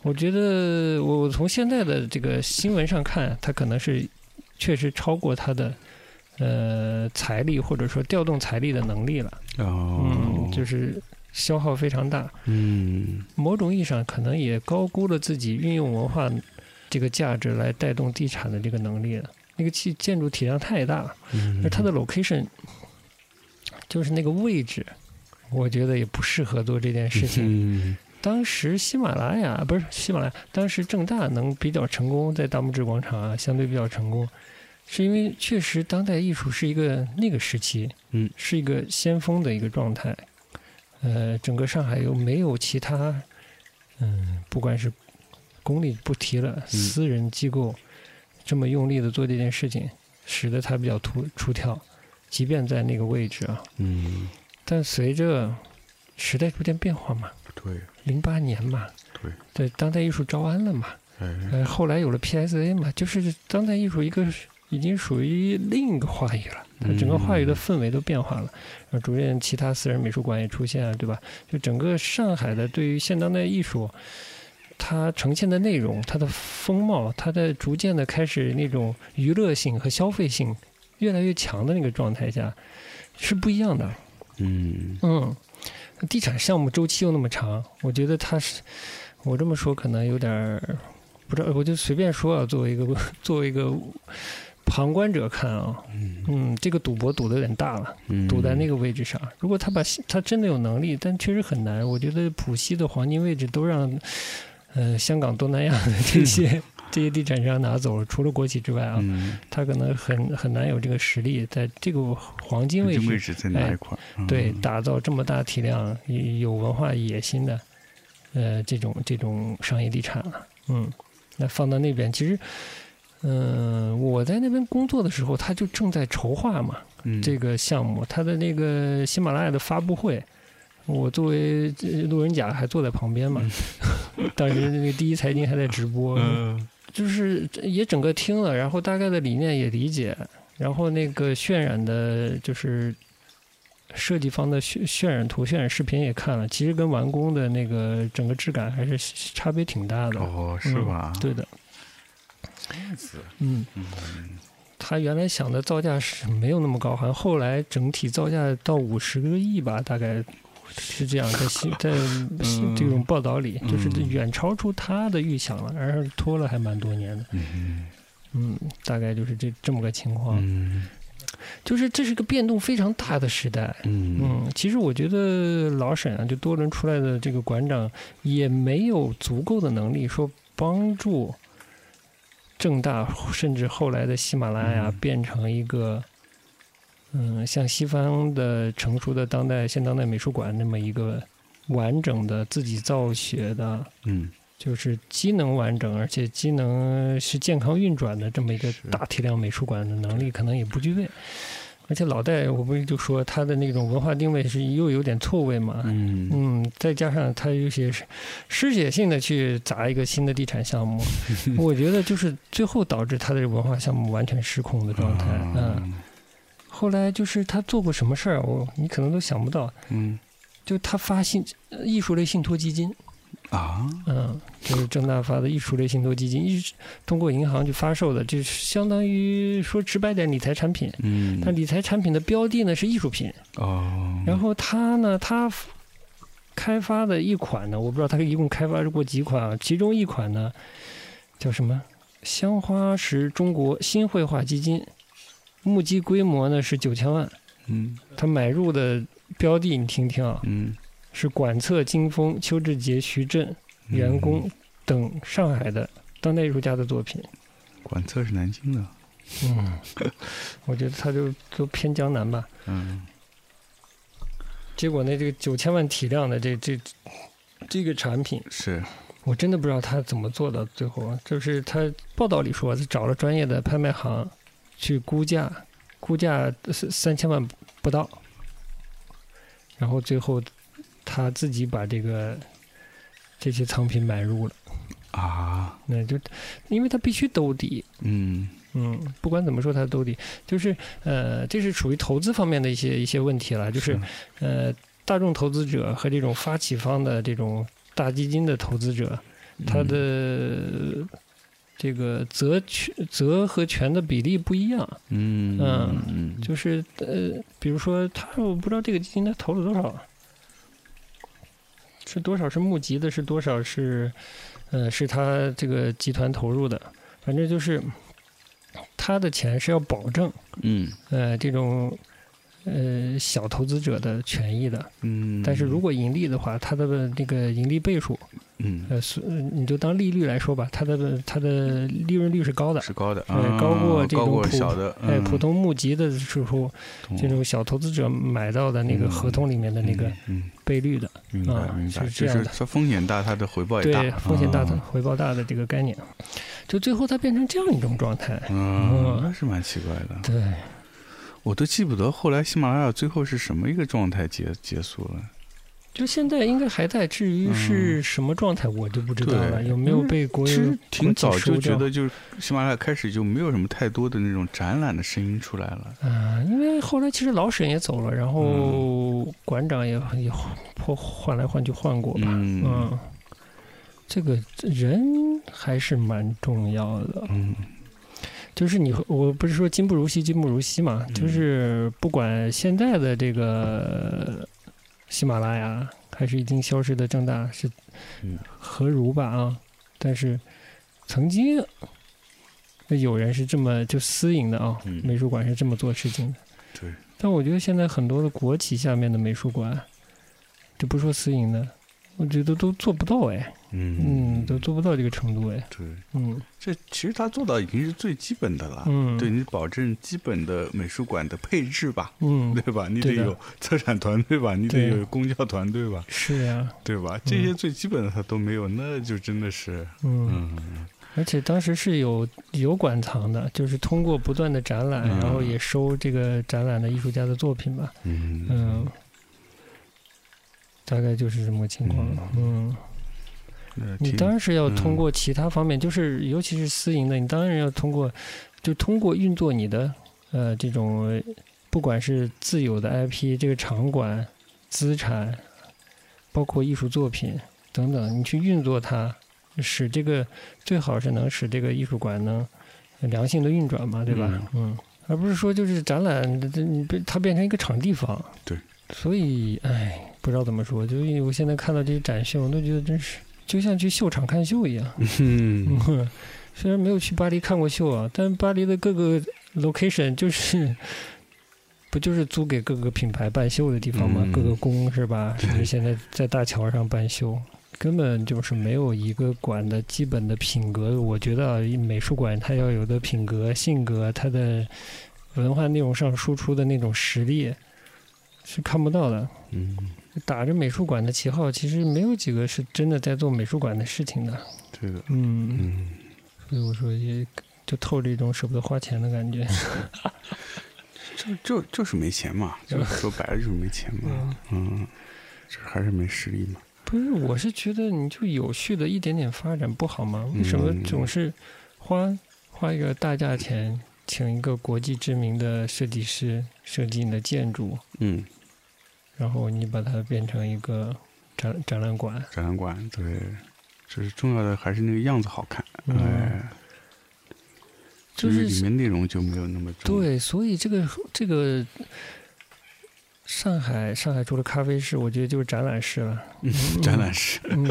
Speaker 2: 我觉得我我从现在的这个新闻上看，它可能是确实超过它的呃财力或者说调动财力的能力了。
Speaker 1: 哦
Speaker 2: 嗯，，就是消耗非常大，
Speaker 1: 嗯
Speaker 2: 某种意义上可能也高估了自己运用文化这个价值来带动地产的这个能力了。那个建建筑体量太大了。
Speaker 1: 嗯，
Speaker 2: 而它的 location 就是那个位置，我觉得也不适合做这件事情。
Speaker 1: 嗯
Speaker 2: 当时喜马拉雅不是喜马拉雅，当时正大能比较成功，在大木质广场啊，相对比较成功，是因为确实当代艺术是一个那个时期，
Speaker 1: 嗯，
Speaker 2: 是一个先锋的一个状态。呃，整个上海又没有其他，嗯，不管是公立不提了，私人机构这么用力的做这件事情，使得它比较突出挑，即便在那个位置啊，
Speaker 1: 嗯，
Speaker 2: 但随着时代逐渐变化嘛。
Speaker 1: 对，
Speaker 2: 零八年嘛，
Speaker 1: 对，
Speaker 2: 当代艺术招安了嘛，
Speaker 1: 哎，
Speaker 2: 呃，后来有了 PSA 嘛，就是当代艺术一个已经属于另一个话语了，它整个话语的氛围都变化了，呃，逐渐其他私人美术馆也出现啊，对吧？就整个上海的对于现当代艺术，它呈现的内容、它的风貌、它在逐渐的开始那种娱乐性和消费性越来越强的那个状态下，是不一样的。
Speaker 1: 嗯
Speaker 2: 嗯，地产项目周期又那么长，我觉得它是，我这么说可能有点儿不知道，我就随便说啊，作为一个 作为一个旁观者看啊，
Speaker 1: 嗯
Speaker 2: 嗯，这个赌博赌的有点大了，
Speaker 1: 嗯，
Speaker 2: 赌在那个位置上。如果他把他真的有能力，但确实很难。我觉得浦西的黄金位置都让，呃，香港、东南亚的这些这些地产商拿走了，除了国企之外啊，
Speaker 1: 嗯，
Speaker 2: 他可能很很难有这个实力在这个黄金位
Speaker 1: 这
Speaker 2: 置
Speaker 1: 位置在哪一块儿？嗯
Speaker 2: 哎对，打造这么大体量有文化野心的，呃，这种这种商业地产了、嗯，那放到那边，其实，嗯、我在那边工作的时候，他就正在筹划嘛，
Speaker 1: 嗯
Speaker 2: 这个项目，他的那个喜马拉雅的发布会，我作为呃路人甲还坐在旁边嘛， 当时那个第一财经还在直播，
Speaker 1: 嗯
Speaker 2: 就是也整个听了，然后大概的理念也理解，然后那个渲染的，就是设计方的渲渲染图、渲染视频也看了，其实跟完工的那个整个质感还是差别挺大的。
Speaker 1: 哦，是吧？
Speaker 2: 嗯对的，
Speaker 1: 这样子，
Speaker 2: 嗯，
Speaker 1: 嗯
Speaker 2: 他原来想的造价是没有那么高，好像后来整体造价到五十个亿吧，大概是这样，在 新在新这种报道里，就是
Speaker 1: 嗯
Speaker 2: 远超出他的预想了，然后拖了还蛮多年的。
Speaker 1: 嗯
Speaker 2: 嗯，大概就是这这么个情况。
Speaker 1: 嗯
Speaker 2: 就是这是个变动非常大的时代。
Speaker 1: 嗯
Speaker 2: 嗯，其实我觉得老沈啊，就多伦出来的这个馆长也没有足够的能力说帮助正大，甚至后来的喜马拉雅
Speaker 1: 嗯
Speaker 2: 变成一个，嗯，像西方的成熟的当代现当代美术馆那么一个完整的自己造血的，
Speaker 1: 嗯
Speaker 2: 就是机能完整，而且机能是健康运转的这么一个
Speaker 1: 是
Speaker 2: 大体量美术馆的能力可能也不具备。而且老戴，我不是就说他的那种文化定位是又有点错位嘛，
Speaker 1: 嗯
Speaker 2: 嗯，再加上他有些是失血性的去砸一个新的地产 项目，我觉得就是最后导致他的文化项目完全失控的状态。嗯，
Speaker 1: 啊
Speaker 2: 后来就是他做过什么事儿，我你可能都想不到，
Speaker 1: 嗯
Speaker 2: 就他发信呃艺术类信托基金，
Speaker 1: 啊，
Speaker 2: 嗯，就是正大发的艺术类信托基金，一直通过银行去发售的，就是相当于说直白点理财产品。
Speaker 1: 嗯，
Speaker 2: 但理财产品的标的呢是艺术品，
Speaker 1: 哦，
Speaker 2: 然后它呢，它开发的一款呢，我不知道它一共开发过几款啊，其中一款呢叫什么？香花石中国新绘画基金，募集规模呢是九千万，
Speaker 1: 嗯
Speaker 2: 它买入的标的你听听啊，
Speaker 1: 嗯，
Speaker 2: 是管测金峰、邱志杰、徐震、员工等上海的当代艺术家的作品。
Speaker 1: 管测是南京的，
Speaker 2: 嗯，我觉得他就都偏江南吧。
Speaker 1: 嗯，
Speaker 2: 结果呢，这个九千万体量的这这这个产品，
Speaker 1: 是
Speaker 2: 我真的不知道他怎么做到最后啊。就是他报道里说，他找了专业的拍卖行去估价，估价三三千万不到，然后最后他自己把这个这些藏品买入了。
Speaker 1: 啊，
Speaker 2: 那就因为他必须兜底，
Speaker 1: 嗯
Speaker 2: 嗯，不管怎么说，他兜底就是呃，这是属于投资方面的一些一些问题了，就是呃，大众投资者和这种发起方的这种大基金的投资者，
Speaker 1: 嗯
Speaker 2: 他的、这个责权责和权的比例不一样，
Speaker 1: 嗯
Speaker 2: 嗯
Speaker 1: 嗯
Speaker 2: 就是呃，比如说他我不知道这个基金他投了多少，是多少是募集的，是多少是呃是他这个集团投入的，反正就是他的钱是要保证
Speaker 1: 嗯
Speaker 2: 呃这种呃小投资者的权益的，
Speaker 1: 嗯，
Speaker 2: 但是如果盈利的话，它的那个盈利倍数
Speaker 1: 嗯
Speaker 2: 呃是呃你就当利率来说吧，它的它的利润率是高的。
Speaker 1: 是高的，
Speaker 2: 呃
Speaker 1: 啊
Speaker 2: 高过这
Speaker 1: 高
Speaker 2: 种
Speaker 1: 过
Speaker 2: 普
Speaker 1: 小的，
Speaker 2: 哎，
Speaker 1: 嗯
Speaker 2: 普通募集的时候，这种小投资者买到的那个合同里面的那个
Speaker 1: 嗯，
Speaker 2: 倍率的，
Speaker 1: 嗯明白
Speaker 2: 啊
Speaker 1: 明白，
Speaker 2: 是
Speaker 1: 就
Speaker 2: 这样
Speaker 1: 是
Speaker 2: 的
Speaker 1: 它风险大，它的回报也大
Speaker 2: 对，风险大的
Speaker 1: 啊
Speaker 2: 回报大的这个概念，就最后它变成这样一种状态。
Speaker 1: 嗯
Speaker 2: 嗯，
Speaker 1: 那是蛮奇怪的，
Speaker 2: 对，
Speaker 1: 我都记不得后来喜马拉雅最后是什么一个状态结结束了。
Speaker 2: 就现在应该还在，至于是什么状态我就不知道了，
Speaker 1: 嗯对
Speaker 2: 有没有被国
Speaker 1: 其
Speaker 2: 有
Speaker 1: 实挺早
Speaker 2: 国际
Speaker 1: 就
Speaker 2: 收
Speaker 1: 觉
Speaker 2: 掉
Speaker 1: 得，就是喜马拉雅开始就没有什么太多的那种展览的声音出来了。
Speaker 2: 啊，因为后来其实老沈也走了，然后馆长也也换换来换去换过吧，
Speaker 1: 嗯
Speaker 2: 嗯，这个人还是蛮重要的，
Speaker 1: 嗯
Speaker 2: 就是你，我不是说今不如昔，今不如昔嘛，
Speaker 1: 嗯
Speaker 2: 就是不管现在的这个喜马拉雅，还是已经消失的正大是
Speaker 1: 嗯
Speaker 2: 何如吧啊，但是曾经有人是这么就私营的啊，
Speaker 1: 嗯
Speaker 2: 美术馆是这么做事情的。
Speaker 1: 对，
Speaker 2: 但我觉得现在很多的国企下面的美术馆，就不说私营的，我觉得都做不到哎，嗯，都做不到这个程度哎，
Speaker 1: 对，
Speaker 2: 嗯
Speaker 1: 这其实他做到已经是最基本的了。
Speaker 2: 嗯，
Speaker 1: 啊对你保证基本的美术馆的配置吧，
Speaker 2: 嗯，
Speaker 1: 对吧？你得
Speaker 2: 对的
Speaker 1: 有策展团队吧，你得
Speaker 2: 对啊嗯
Speaker 1: 有公教团队吧，
Speaker 2: 是啊呀、
Speaker 1: 对吧？这些最基本的他都没有，那就真的是，
Speaker 2: 嗯，
Speaker 1: 嗯，
Speaker 2: 而且当时是有有馆藏的，就是通过不断的展览，
Speaker 1: 嗯
Speaker 2: 然后也收这个展览的艺术家的作品吧。
Speaker 1: 嗯
Speaker 2: 嗯，大概就是这么个情况。嗯，
Speaker 1: 那
Speaker 2: 你
Speaker 1: 挺
Speaker 2: 当时要通过其他方面，就是尤其是私营的，你当然要通过，就通过运作你的呃这种，呃不管是自有的 IP 这个场馆资产，包括艺术作品等等，你去运作它，使这个最好是能使这个艺术馆能良性的运转嘛，对吧？嗯。而不是说就是展览，这你被它变成一个场地方。
Speaker 1: 对。
Speaker 2: 所以，哎，不知道怎么说，就因为我现在看到这些展秀，我都觉得真是就像去秀场看秀一样。
Speaker 1: 嗯
Speaker 2: 嗯， 虽然没有去巴黎看过秀啊，但巴黎的各个 location 就是不就是租给各个品牌办秀的地方吗？
Speaker 1: 嗯
Speaker 2: 各个宫是吧？
Speaker 1: 对
Speaker 2: 甚至现在在大桥上办秀，根本就是没有一个馆的基本的品格。我觉得啊，美术馆它要有的品格、性格，它的文化内容上输出的那种实力是看不到的。
Speaker 1: 嗯，
Speaker 2: 打着美术馆的旗号，其实没有几个是真的在做美术馆的事情的。
Speaker 1: 对的，
Speaker 2: 嗯
Speaker 1: 嗯。
Speaker 2: 所以我说也就透着一种舍不得花钱的感觉。
Speaker 1: 就就就是没钱嘛，就
Speaker 2: 嗯
Speaker 1: 说白了就是没钱嘛，
Speaker 2: 嗯，
Speaker 1: 嗯，这还是没实力嘛，
Speaker 2: 不是，我是觉得你就有序的一点点发展不好吗？为什么
Speaker 1: 嗯
Speaker 2: 总是花花一个大价钱请一个国际知名的设计师设计你的建筑，
Speaker 1: 嗯，
Speaker 2: 然后你把它变成一个展展览馆？
Speaker 1: 展览馆对，就是重要的还是那个样子好看，
Speaker 2: 嗯
Speaker 1: 哎，
Speaker 2: 就
Speaker 1: 至于
Speaker 2: 是
Speaker 1: 里面内容就没有那么重要，
Speaker 2: 对，所以这个这个上海上海除了咖啡室，我觉得就是展览室了。
Speaker 1: 对， 展览室，
Speaker 2: 嗯，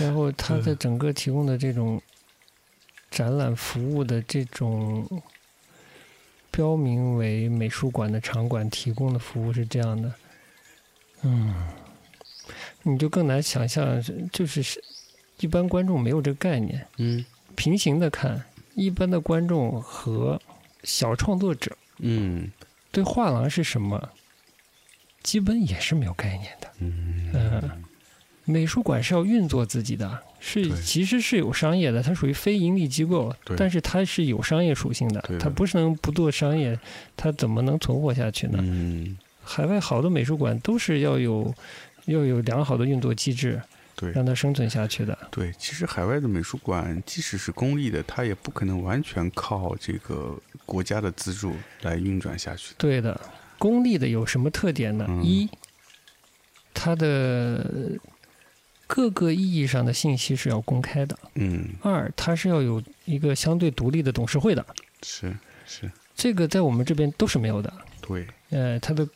Speaker 2: 然后它的整个提供的这种展览服务的这种标明为美术馆的场馆提供的服务是这样的，嗯，你就更难想象，就是一般观众没有这个概念，
Speaker 1: 嗯
Speaker 2: 平行的看，一般的观众和小创作者
Speaker 1: 嗯
Speaker 2: 对画廊是什么，基本也是没有概念的。
Speaker 1: 嗯
Speaker 2: 嗯美术馆是要运作自己的，是
Speaker 1: 对
Speaker 2: 其实是有商业的，它属于非盈利机构
Speaker 1: 对，
Speaker 2: 但是它是有商业属性的
Speaker 1: 对，的
Speaker 2: 它不是能不做商业，它怎么能存活下去呢？
Speaker 1: 嗯，
Speaker 2: 海外好的美术馆都是要有要有良好的运作机制，
Speaker 1: 对
Speaker 2: 让它生存下去的。
Speaker 1: 对，其实海外的美术馆，即使是公立的，它也不可能完全靠这个国家的资助来运转下去的。
Speaker 2: 对的，公立的有什么特点呢？
Speaker 1: 嗯
Speaker 2: 一，它的各个意义上的信息是要公开的；
Speaker 1: 嗯，
Speaker 2: 二，它是要有一个相对独立的董事会的，
Speaker 1: 是是，
Speaker 2: 这个在我们这边都是没有的。
Speaker 1: 对，
Speaker 2: 呃，它的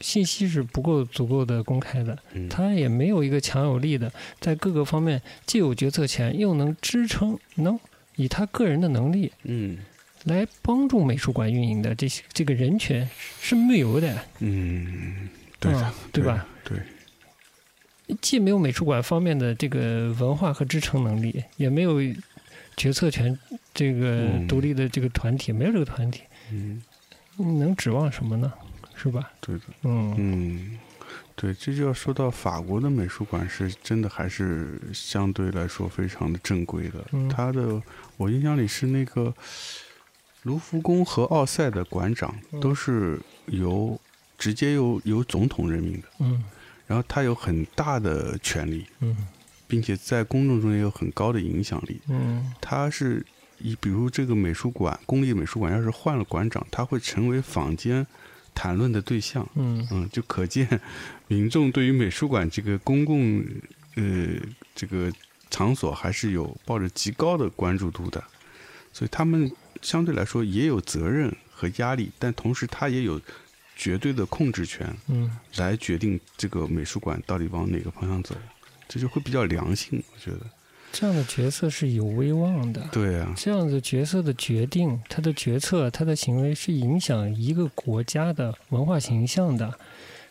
Speaker 2: 信息是不够足够的公开的，
Speaker 1: 嗯，
Speaker 2: 它也没有一个强有力的，在各个方面既有决策权，又能支撑能以他个人的能力
Speaker 1: 嗯
Speaker 2: 来帮助美术馆运营的这些这个人群是没有的，
Speaker 1: 嗯，对的
Speaker 2: 嗯，对吧？？
Speaker 1: 对，
Speaker 2: 既没有美术馆方面的这个文化和支撑能力，也没有决策权，这个
Speaker 1: 嗯
Speaker 2: 独立的这个团体、没有这个团体，
Speaker 1: 嗯，
Speaker 2: 你能指望什么呢？是吧？
Speaker 1: 对的，
Speaker 2: 嗯，
Speaker 1: 嗯，对，这就要说到法国的美术馆是真的还是相对来说非常的正规的。
Speaker 2: 嗯
Speaker 1: 它的我印象里是那个卢浮宫和奥赛的馆长
Speaker 2: 嗯
Speaker 1: 都是由直接由由总统任命的，
Speaker 2: 嗯
Speaker 1: 然后他有很大的权力，
Speaker 2: 嗯
Speaker 1: 并且在公众中也有很高的影响力。
Speaker 2: 嗯
Speaker 1: 他是以比如这个美术馆公立美术馆要是换了馆长，他会成为坊间谈论的对象。
Speaker 2: 嗯
Speaker 1: 嗯，就可见民众对于美术馆这个公共呃这个场所还是有抱着极高的关注度的，所以他们相对来说也有责任和压力，但同时他也有绝对的控制权
Speaker 2: 嗯，
Speaker 1: 来决定这个美术馆到底往哪个方向走，这就会比较良性，我觉得。
Speaker 2: 这样的角色是有威望的。
Speaker 1: 对啊，
Speaker 2: 这样的角色的决定，他的决策，他的行为是影响一个国家的文化形象的，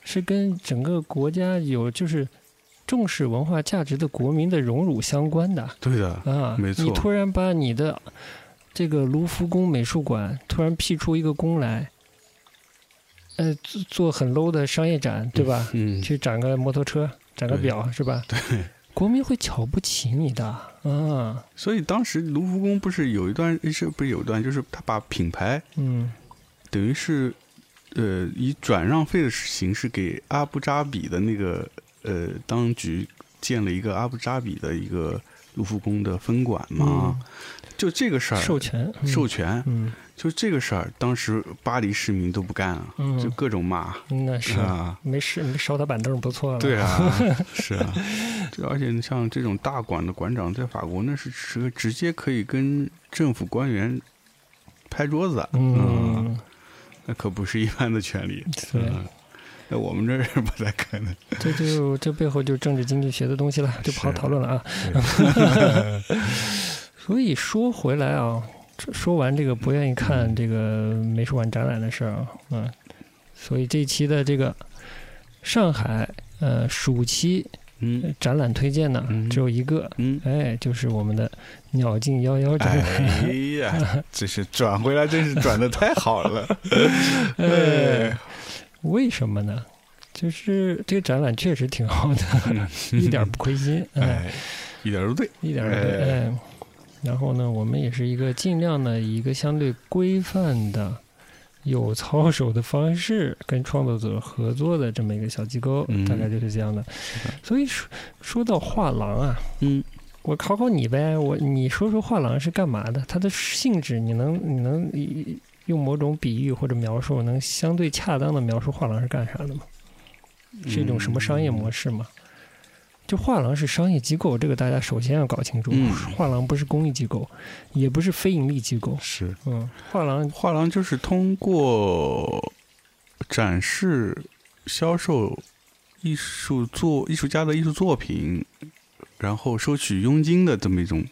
Speaker 2: 是跟整个国家有就是重视文化价值的国民的荣辱相关的
Speaker 1: 对的，
Speaker 2: 啊。
Speaker 1: 没错
Speaker 2: 你突然把你的这个卢浮宫美术馆突然辟出一个宫来，呃，做做很 low 的商业展，对吧？
Speaker 1: 嗯，
Speaker 2: 去展个摩托车，展个
Speaker 1: 对
Speaker 2: 表，是吧？对，国民会瞧不起你的啊，
Speaker 1: 所以当时卢浮宫不是有一段是不是有一段就是他把品牌
Speaker 2: 嗯
Speaker 1: 等于是，呃，以转让费的形式给阿布扎比的那个呃当局建了一个阿布扎比的一个卢浮宫的分馆嘛。就这个事儿，
Speaker 2: 嗯授权，嗯
Speaker 1: 授权，
Speaker 2: 嗯
Speaker 1: 就这个事儿，当时巴黎市民都不干啊，
Speaker 2: 嗯
Speaker 1: 就各种骂、
Speaker 2: 那是、
Speaker 1: 啊。
Speaker 2: 没事，你烧打板凳不错了。
Speaker 1: 对 啊，是啊，对，而且像这种大馆的馆长，在法国那是是个直接可以跟政府官员拍桌子，啊
Speaker 2: 嗯，
Speaker 1: 那可不是一般的权利。
Speaker 2: 对
Speaker 1: 嗯，那我们这儿是不太可能。
Speaker 2: 这就这背后就是政治经济学的东西了，就不好
Speaker 1: 是
Speaker 2: 讨论了啊。 所以说回来啊，说说完这个不愿意看
Speaker 1: 嗯
Speaker 2: 这个美术馆展览的事儿啊，嗯，所以这一期的这个上海呃暑期
Speaker 1: 嗯
Speaker 2: 展览推荐呢，
Speaker 1: 嗯
Speaker 2: 只有一个，
Speaker 1: 嗯，
Speaker 2: 哎，就是我们的鸟尽幺幺展
Speaker 1: 哎
Speaker 2: 览。
Speaker 1: 呀，这是转回来，真是转的太好 了。哎
Speaker 2: 呃，为什么呢？就是这个展览确实挺好的，一点儿不亏心，哎，
Speaker 1: 哎，一点儿都对。
Speaker 2: 一点儿不亏，
Speaker 1: 哎
Speaker 2: 哎。然后呢，我们也是一个尽量的以一个相对规范的、有操守的方式跟创作者合作的这么一个小机构，
Speaker 1: 嗯
Speaker 2: 大概就是这样的。所以说说到画廊啊，
Speaker 1: 嗯，
Speaker 2: 我考考你呗，我你说说画廊是干嘛的？它的性质，你能你能以用某种比喻或者描述，能相对恰当的描述画廊是干啥的吗？
Speaker 1: 嗯
Speaker 2: 是一种什么商业模式吗？就画廊是商业机构，这个大家首先要搞清楚。啊
Speaker 1: 嗯
Speaker 2: 画廊不是公益机构，也不是非盈利机构。
Speaker 1: 是
Speaker 2: 嗯，画廊
Speaker 1: 画廊，就是通过展示、销售艺术作艺术家的艺术作品，然后收取佣金的这么一种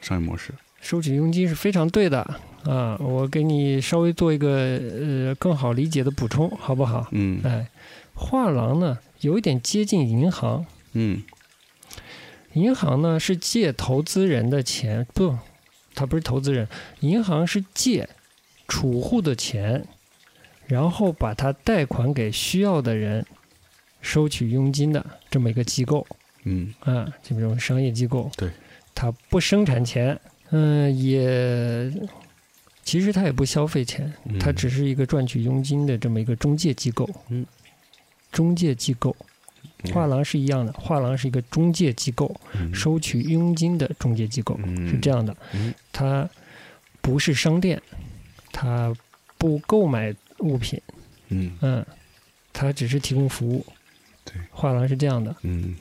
Speaker 1: 商业模式。
Speaker 2: 收取佣金是非常对的啊。我给你稍微做一个呃更好理解的补充，好不好？
Speaker 1: 嗯
Speaker 2: 哎，画廊呢有一点接近银行，
Speaker 1: 嗯
Speaker 2: 银行呢是借投资人的钱，不，他不是投资人，银行是借储户的钱，然后把它贷款给需要的人，收取佣金的这么一个机构
Speaker 1: 嗯
Speaker 2: 啊，就这种商业机构。
Speaker 1: 对，
Speaker 2: 它不生产钱，嗯、也其实它也不消费钱，
Speaker 1: 嗯，
Speaker 2: 它只是一个赚取佣金的这么一个中介机构。
Speaker 1: 嗯，
Speaker 2: 中介机构，画廊是一样的，画廊是一个中介机构，
Speaker 1: 嗯
Speaker 2: 收取佣金的中介机构。是这
Speaker 1: 样，
Speaker 2: 样的
Speaker 1: 嗯，
Speaker 2: 它不是商店，它不购买物品，
Speaker 1: 嗯
Speaker 2: 嗯，它只是提供服务。
Speaker 1: 对，
Speaker 2: 画廊是这样的，
Speaker 1: 嗯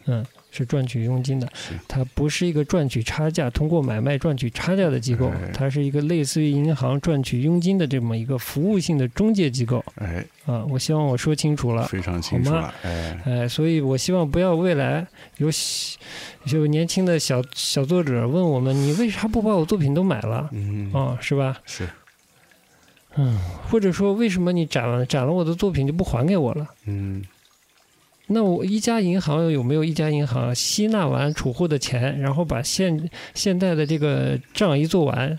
Speaker 2: 是赚取佣金的
Speaker 1: 是，
Speaker 2: 它不是一个赚取差价，通过买卖赚取差价的机构
Speaker 1: 哎，
Speaker 2: 它是一个类似于银行赚取佣金的这么一个服务性的中介机构
Speaker 1: 哎，
Speaker 2: 啊。我希望我说清楚了。
Speaker 1: 非常清楚
Speaker 2: 好
Speaker 1: 了
Speaker 2: 吗，
Speaker 1: 哎，
Speaker 2: 哎，所以我希望不要未来有小有年轻的小小作者问我们，你为啥不把我作品都买了？
Speaker 1: 嗯
Speaker 2: 哦，是吧？
Speaker 1: 是，
Speaker 2: 嗯，或者说为什么你展了展了我的作品就不还给我了？
Speaker 1: 嗯
Speaker 2: 那我一家银行有没有一家银行吸纳完储户的钱，然后把现现在的这个账一做完，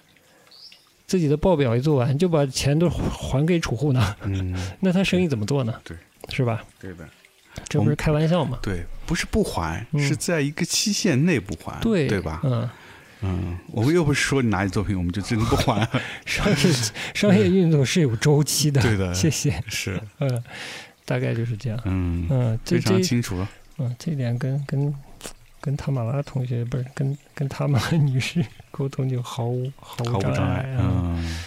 Speaker 2: 自己的报表一做完，就把钱都还给储户呢？
Speaker 1: 嗯，
Speaker 2: 那他生意怎么做呢？
Speaker 1: 对，
Speaker 2: 是吧？
Speaker 1: 对的，
Speaker 2: 这不是开玩笑吗？
Speaker 1: 对，不是不还，
Speaker 2: 嗯
Speaker 1: 是在一个期限内不还，
Speaker 2: 对，
Speaker 1: 对吧？
Speaker 2: 嗯，
Speaker 1: 嗯，我们又不是说你拿你作品我们就真的不还，
Speaker 2: 商业商业运作是有周期的。
Speaker 1: 对的
Speaker 2: 谢谢。
Speaker 1: 是，
Speaker 2: 嗯，大概就是这样。
Speaker 1: 嗯，
Speaker 2: 嗯，这
Speaker 1: 非
Speaker 2: 这
Speaker 1: 常清楚啊了，
Speaker 2: 嗯这一点跟跟跟塔马拉同学不是跟跟塔马拉女士 沟通就毫无毫
Speaker 1: 毫
Speaker 2: 无
Speaker 1: 无障碍，
Speaker 2: 啊。
Speaker 1: 嗯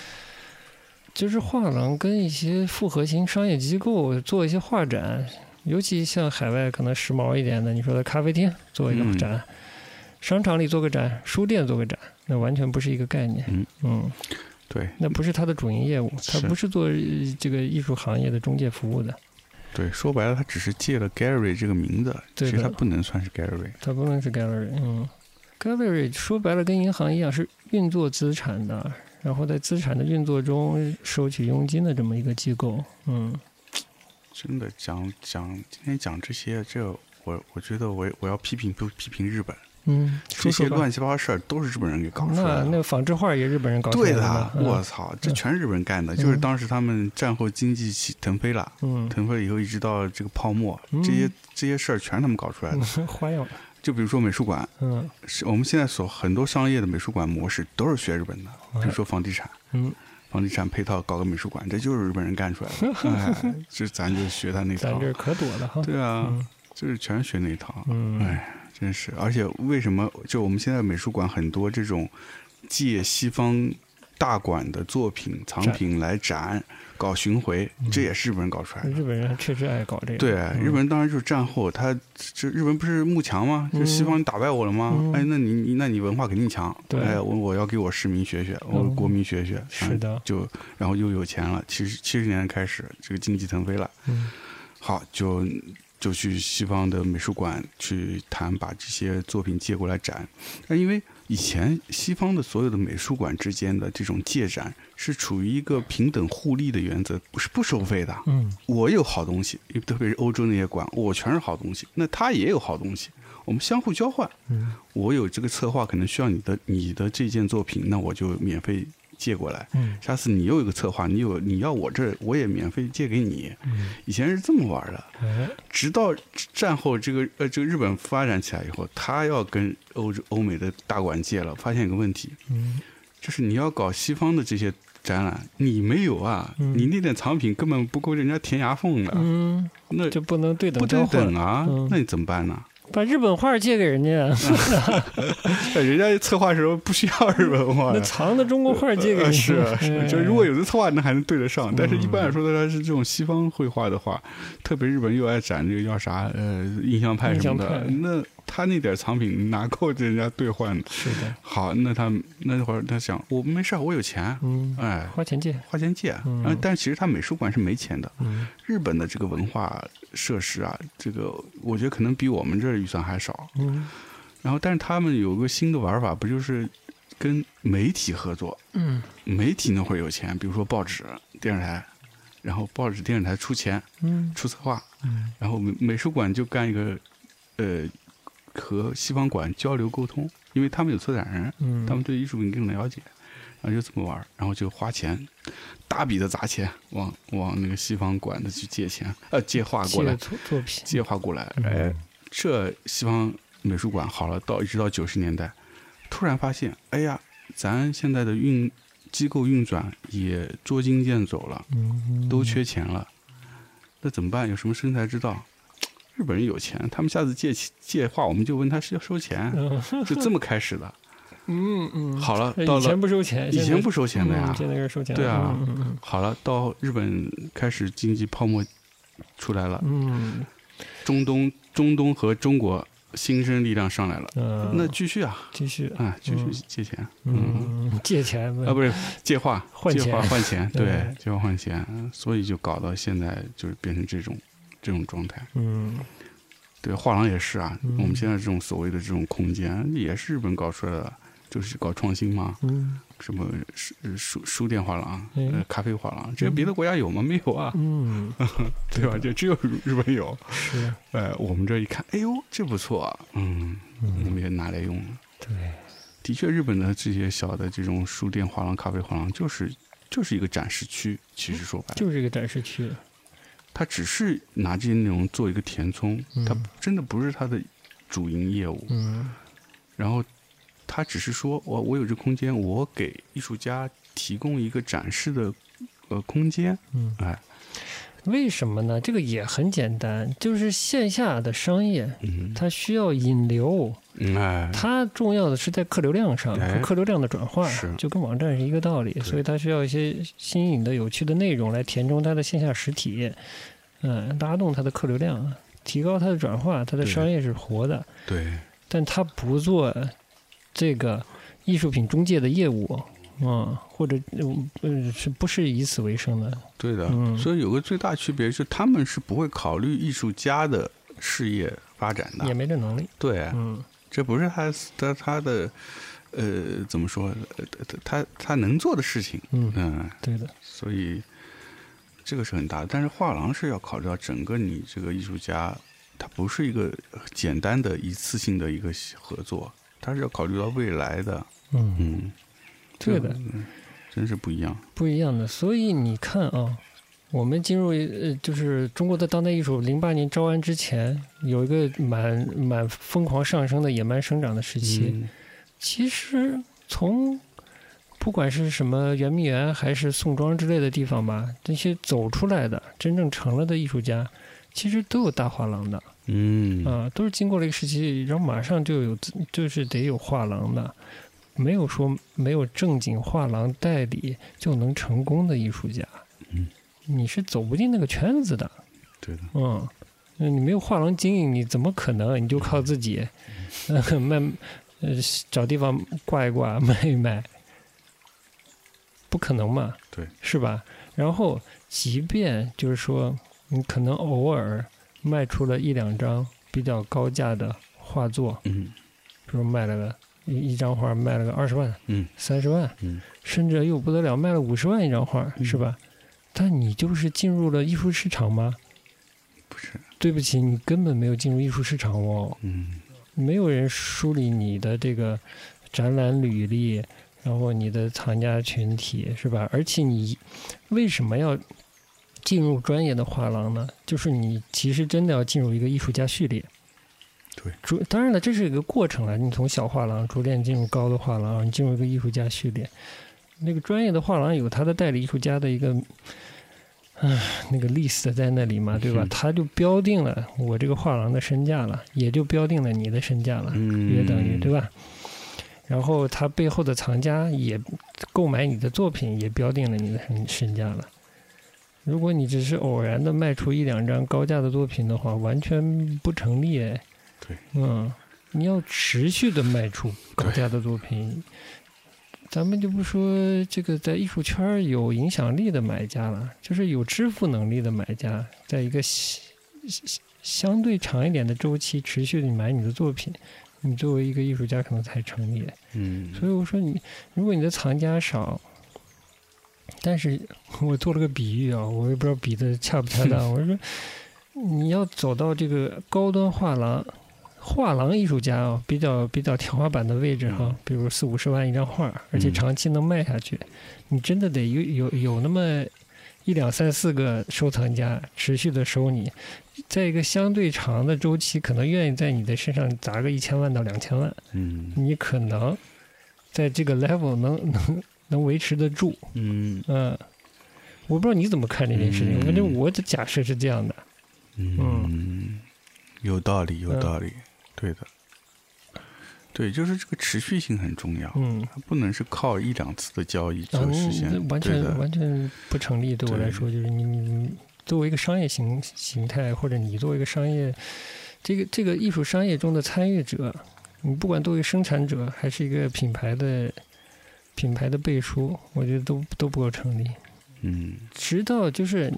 Speaker 2: 就是画廊跟一些复合型商业机构做一些画展，尤其像海外可能时髦一点的，你说的咖啡厅做一
Speaker 1: 嗯
Speaker 2: 个展，商场里做个展，书店做个展，那完全不是一个概念。
Speaker 1: 嗯
Speaker 2: 嗯
Speaker 1: 对
Speaker 2: 那不是他的主营业务，他
Speaker 1: 是
Speaker 2: 不是做呃这个艺术行业的中介服务的，
Speaker 1: 对，说白了，他只是借了 Gary 这个名字，其
Speaker 2: 对
Speaker 1: 实
Speaker 2: 的
Speaker 1: 他不能算是 Gary，
Speaker 2: 他不能是 gallery。嗯，gallery 说白了跟银行一样是运作资产的，然后在资产的运作中收取佣金的这么一个机构。嗯，
Speaker 1: 真的讲讲今天讲这些，这我我觉得我我要批评不批评日本，
Speaker 2: 嗯，
Speaker 1: 这
Speaker 2: 说
Speaker 1: 些
Speaker 2: 说吧。
Speaker 1: 乱七八糟事儿都是日本人给搞出
Speaker 2: 那
Speaker 1: 来的。
Speaker 2: 那仿制画也日本人搞出来
Speaker 1: 对
Speaker 2: 的
Speaker 1: 的啊
Speaker 2: 呢，，
Speaker 1: 我操，这全日本干的，就是
Speaker 2: 嗯
Speaker 1: 当时他们战后经济起腾飞了，
Speaker 2: 嗯
Speaker 1: 腾飞以后一直到这个泡沫，
Speaker 2: 嗯
Speaker 1: 这些这些事儿全是他们搞出来的。
Speaker 2: 嗯，花样，
Speaker 1: 就比如说美术馆，
Speaker 2: 嗯
Speaker 1: 是我们现在所很多商业的美术馆模式都是学日本的，比如说房地产，
Speaker 2: 嗯，
Speaker 1: 房地产配套搞个美术馆，这就是日本人干出来 的，哎，这咱就学他那
Speaker 2: 咱
Speaker 1: 套
Speaker 2: 这。儿可躲了哈。
Speaker 1: 对啊，
Speaker 2: 嗯
Speaker 1: 就是全学那一套，
Speaker 2: 嗯
Speaker 1: 哎，真是。而且为什么就我们现在美术馆很多这种借西方大馆的作品藏品来展，搞巡回，这也是日本人搞出来的。
Speaker 2: 嗯日本人确实爱搞这个。
Speaker 1: 哎对，
Speaker 2: 嗯
Speaker 1: 日本人当然就是战后，他这日本不是慕强吗？就西方你打败我了吗？
Speaker 2: 嗯
Speaker 1: 哎，那你你那你文化肯定强。
Speaker 2: 对
Speaker 1: 哎，我我要给我市民学学，我
Speaker 2: 嗯
Speaker 1: 国民学学。
Speaker 2: 是的
Speaker 1: 嗯就然后又有钱了，七十七十年代开始，这个经济腾飞了，
Speaker 2: 嗯
Speaker 1: 好就就去西方的美术馆去谈，把这些作品借过来展。那因为以前西方的所有的美术馆之间的这种借展是处于一个平等互利的原则，不是不收费的。
Speaker 2: 嗯
Speaker 1: 我有好东西，特别是欧洲那些馆，我全是好东西，那他也有好东西，我们相互交换。
Speaker 2: 嗯
Speaker 1: 我有这个策划，可能需要你的你的这件作品，那我就免费借过来。
Speaker 2: 嗯
Speaker 1: 下次你又有一个策划，你有你要我这儿，我也免费借给你。
Speaker 2: 嗯，
Speaker 1: 以前是这么玩的，
Speaker 2: 哎，
Speaker 1: 直到战后这个呃这个日本发展起来以后，他要跟欧洲欧美的大馆借了，发现有个问题，
Speaker 2: 嗯
Speaker 1: 就是你要搞西方的这些展览，你没有啊，
Speaker 2: 嗯
Speaker 1: 你那点藏品根本不够人家填牙缝的，
Speaker 2: 嗯，
Speaker 1: 那
Speaker 2: 就不能对
Speaker 1: 啊不
Speaker 2: 等
Speaker 1: 对
Speaker 2: 交换
Speaker 1: 等。啊，
Speaker 2: 嗯
Speaker 1: 那你怎么办呢？
Speaker 2: 把日本画借给人家，啊
Speaker 1: 哎人家策划时候不需要 日本话
Speaker 2: 那
Speaker 1: 哎呀。
Speaker 2: 藏的中国画借给人
Speaker 1: 呃
Speaker 2: 家。
Speaker 1: 是 啊是啊，
Speaker 2: 哎嗯
Speaker 1: 就如果有的策划，那还能对得上。但是一般来说，它是这种西方绘画的话，特别日本又爱展这个叫啥呃印象派什么的
Speaker 2: 印，象
Speaker 1: 那他那点藏品哪够人家兑换的？
Speaker 2: 是的，
Speaker 1: 好，那他那会儿他想，我没事儿，我有钱，
Speaker 2: 嗯，
Speaker 1: 哎，
Speaker 2: 花钱借，
Speaker 1: 花钱借。
Speaker 2: 嗯
Speaker 1: 啊但其实他美术馆是没钱的，
Speaker 2: 嗯
Speaker 1: 日本的这个文化设施啊，这个我觉得可能比我们这儿预算还少。
Speaker 2: 嗯
Speaker 1: 然后，但是他们有个新的玩法，不就是跟媒体合作？
Speaker 2: 嗯
Speaker 1: 媒体那会儿有钱，比如说报纸、电视台，然后报纸、电视台出钱
Speaker 2: 嗯
Speaker 1: 出策划，
Speaker 2: 嗯
Speaker 1: 然后美美术馆就干一个，呃，和西方馆交流沟通，因为他们有策展人，
Speaker 2: 嗯，
Speaker 1: 他们对艺术品更了解，然后就这么玩儿，然后就花钱，大笔的砸钱，往往那个西方馆子去借钱，呃，借画过来
Speaker 2: 借，嗯作作品，
Speaker 1: 借画过来。哎，这西方美术馆好了，到一直到九十年代，突然发现，哎呀，咱现在的运机构运转也捉襟见肘了，
Speaker 2: 嗯
Speaker 1: 都缺钱了，那怎么办？有什么生财之道？日本人有钱，他们下次借借画，我们就问他是要收 钱，
Speaker 2: 嗯
Speaker 1: 就这么开始的。
Speaker 2: 嗯嗯，
Speaker 1: 好了，到
Speaker 2: 以前嗯
Speaker 1: 了
Speaker 2: 不收钱，
Speaker 1: 以前不
Speaker 2: 收
Speaker 1: 收钱的呀，
Speaker 2: 现在开始收钱了，
Speaker 1: 对啊
Speaker 2: 嗯嗯
Speaker 1: 好了，到日本开始经济泡沫出来了，
Speaker 2: 嗯
Speaker 1: 中东、中东和中国新生力量上来了，
Speaker 2: 嗯呃，
Speaker 1: 那继续啊，
Speaker 2: 继续，
Speaker 1: 啊，继续
Speaker 2: 嗯
Speaker 1: 借钱，嗯，
Speaker 2: 嗯，借钱
Speaker 1: 啊，不是借画，
Speaker 2: 换
Speaker 1: 借
Speaker 2: 钱
Speaker 1: 画换钱，对
Speaker 2: 对，
Speaker 1: 借画换钱，所以就搞到现在就是变成这种这种状态。
Speaker 2: 嗯
Speaker 1: 对，画廊也是啊，
Speaker 2: 嗯
Speaker 1: 我们现在这种所谓的这种空间也是日本搞出来的，就是搞创新嘛，
Speaker 2: 嗯
Speaker 1: 什么书书书店画廊、
Speaker 2: 嗯
Speaker 1: 呃咖啡画廊，这别的国家有吗？没有啊，
Speaker 2: 嗯，
Speaker 1: 对吧？就只有日日本有。
Speaker 2: 是，
Speaker 1: 呃，我们这一看，哎呦，这不错啊，嗯，我
Speaker 2: 嗯
Speaker 1: 们也拿来用了。
Speaker 2: 对，
Speaker 1: 的确，日本的这些小的这种书店、画廊、咖啡画廊，就是就是一个展示区。其实说白了，
Speaker 2: 嗯就是一个展示区，
Speaker 1: 它只是拿这些内容做一个填充，它
Speaker 2: 嗯
Speaker 1: 真的不是它的主营业务。
Speaker 2: 嗯
Speaker 1: 然后，它只是说我我有这空间，我给艺术家提供一个展示的呃空间。
Speaker 2: 嗯，
Speaker 1: 哎，
Speaker 2: 为什么呢？这个也很简单，就是线下的商业，
Speaker 1: 嗯，
Speaker 2: 它需要引流，
Speaker 1: 嗯哎，
Speaker 2: 它重要的是在客流量上
Speaker 1: 哎
Speaker 2: 和客流量的转化
Speaker 1: 是，
Speaker 2: 就跟网站是一个道理，所以它需要一些新颖的、有趣的内容来填充它的线下实体，嗯，拉动它的客流量，提高它的转化，它的
Speaker 1: 对
Speaker 2: 商业是活的，
Speaker 1: 对，
Speaker 2: 但它不做这个艺术品中介的业务。嗯，或者嗯呃，是不是以此为生的？
Speaker 1: 对的，
Speaker 2: 嗯
Speaker 1: 所以有个最大区别是，他们是不会考虑艺术家的事业发展
Speaker 2: 也
Speaker 1: 的。
Speaker 2: 没这能力。
Speaker 1: 对，
Speaker 2: 嗯
Speaker 1: 这不是他他他的呃怎么说？呃他他他能做的事情。
Speaker 2: 嗯，
Speaker 1: 嗯，
Speaker 2: 对的。
Speaker 1: 所以这个是很大的。但是画廊是要考虑到整个你这个艺术家，他不是一个简单的一次性的一个合作，他是要考虑到未来的。
Speaker 2: 嗯，
Speaker 1: 嗯，
Speaker 2: 对的
Speaker 1: 这，嗯真是不一样。
Speaker 2: 不一样的。所以你看啊，我们进入呃，就是中国的当代艺术，零八年招安之前，有一个蛮蛮疯狂上升的野蛮生长的时期。
Speaker 1: 嗯
Speaker 2: 其实从不管是什么圆明园还是宋庄之类的地方吧，这些走出来的真正成了的艺术家，其实都有大画廊的。
Speaker 1: 嗯，
Speaker 2: 啊，都是经过了一个时期，然后马上就有自，就是得有画廊的，没有说没有正经画廊代理就能成功的艺术家，
Speaker 1: 嗯，
Speaker 2: 你是走不进那个圈子的，
Speaker 1: 对的。
Speaker 2: 嗯，那你没有画廊经营，你怎么可能？你就靠自己， 呃、卖，呃，找地方挂一挂，卖一卖，不可能嘛？
Speaker 1: 对，
Speaker 2: 是吧？然后，即便就是说，你可能偶尔卖出了一两张比较高价的画作，
Speaker 1: 嗯
Speaker 2: 比如卖了个一一张画卖了个二十万，
Speaker 1: 嗯，
Speaker 2: 三十万，
Speaker 1: 嗯，
Speaker 2: 甚至又不得了，卖了五十万一张画，
Speaker 1: 嗯
Speaker 2: 是吧？但你就是进入了艺术市场吗？
Speaker 1: 不是。
Speaker 2: 对不起，你根本没有进入艺术市场哦，
Speaker 1: 嗯
Speaker 2: 没有人梳理你的这个展览履历，然后你的藏家群体是吧？而且你为什么要进入专业的画廊呢？就是你其实真的要进入一个艺术家序列。
Speaker 1: 对，
Speaker 2: 逐当然了，这是一个过程啊了。你从小画廊逐渐进入高的画廊，你进入一个艺术家序列。那个专业的画廊有他的代理艺术家的一个，唉，那个 list 在那里嘛，对吧
Speaker 1: 嗯？
Speaker 2: 他就标定了我这个画廊的身价了，也就标定了你的身价了。
Speaker 1: 嗯，
Speaker 2: 约等于对吧？然后他背后的藏家也购买你的作品，也标定了你的身身价了。如果你只是偶然的卖出一两张高价的作品的话，完全不成立哎。
Speaker 1: 对，
Speaker 2: 嗯，你要持续的卖出高价的作品。咱们就不说这个在艺术圈儿有影响力的买家了，就是有支付能力的买家，在一个相相对长一点的周期持续的买你的作品，你作为一个艺术家可能才成立。
Speaker 1: 嗯，
Speaker 2: 所以我说你，如果你的藏家少，但是 我做了个比喻啊，我也不知道 比的恰不恰当。我说，你要走到这个高端画廊画廊艺术家啊、比较比较天花板的位置哈、
Speaker 1: 嗯
Speaker 2: 比如四五十万一张画，而且
Speaker 1: 嗯
Speaker 2: 长期能卖下去，你真的得有有有那么一两三四个收藏家持续的收你，在一个相对长的周期，可能愿意在你的身上砸个一千万到两千万，
Speaker 1: 嗯
Speaker 2: 你可能在这个 level 能能能维持得住。
Speaker 1: 嗯
Speaker 2: 嗯，我不知道你怎么看这件事情，
Speaker 1: 嗯
Speaker 2: 反正我的假设是这样的。
Speaker 1: 嗯，有道
Speaker 2: 嗯
Speaker 1: 理，有道理，对的，对，就是这个持续性很重要，
Speaker 2: 嗯，
Speaker 1: 它不能是靠一两次的交易就
Speaker 2: 然后
Speaker 1: 实现，
Speaker 2: 完
Speaker 1: 对
Speaker 2: 全
Speaker 1: 的，
Speaker 2: 完全不成立，对我
Speaker 1: 对
Speaker 2: 来说就是你你你作为一个商业形形态，或者你作为一个商业这个这个艺术商业中的参与者，你不管作为生产者还是一个品牌的品牌的背书，我觉得都都不够成立。
Speaker 1: 嗯
Speaker 2: 直到就是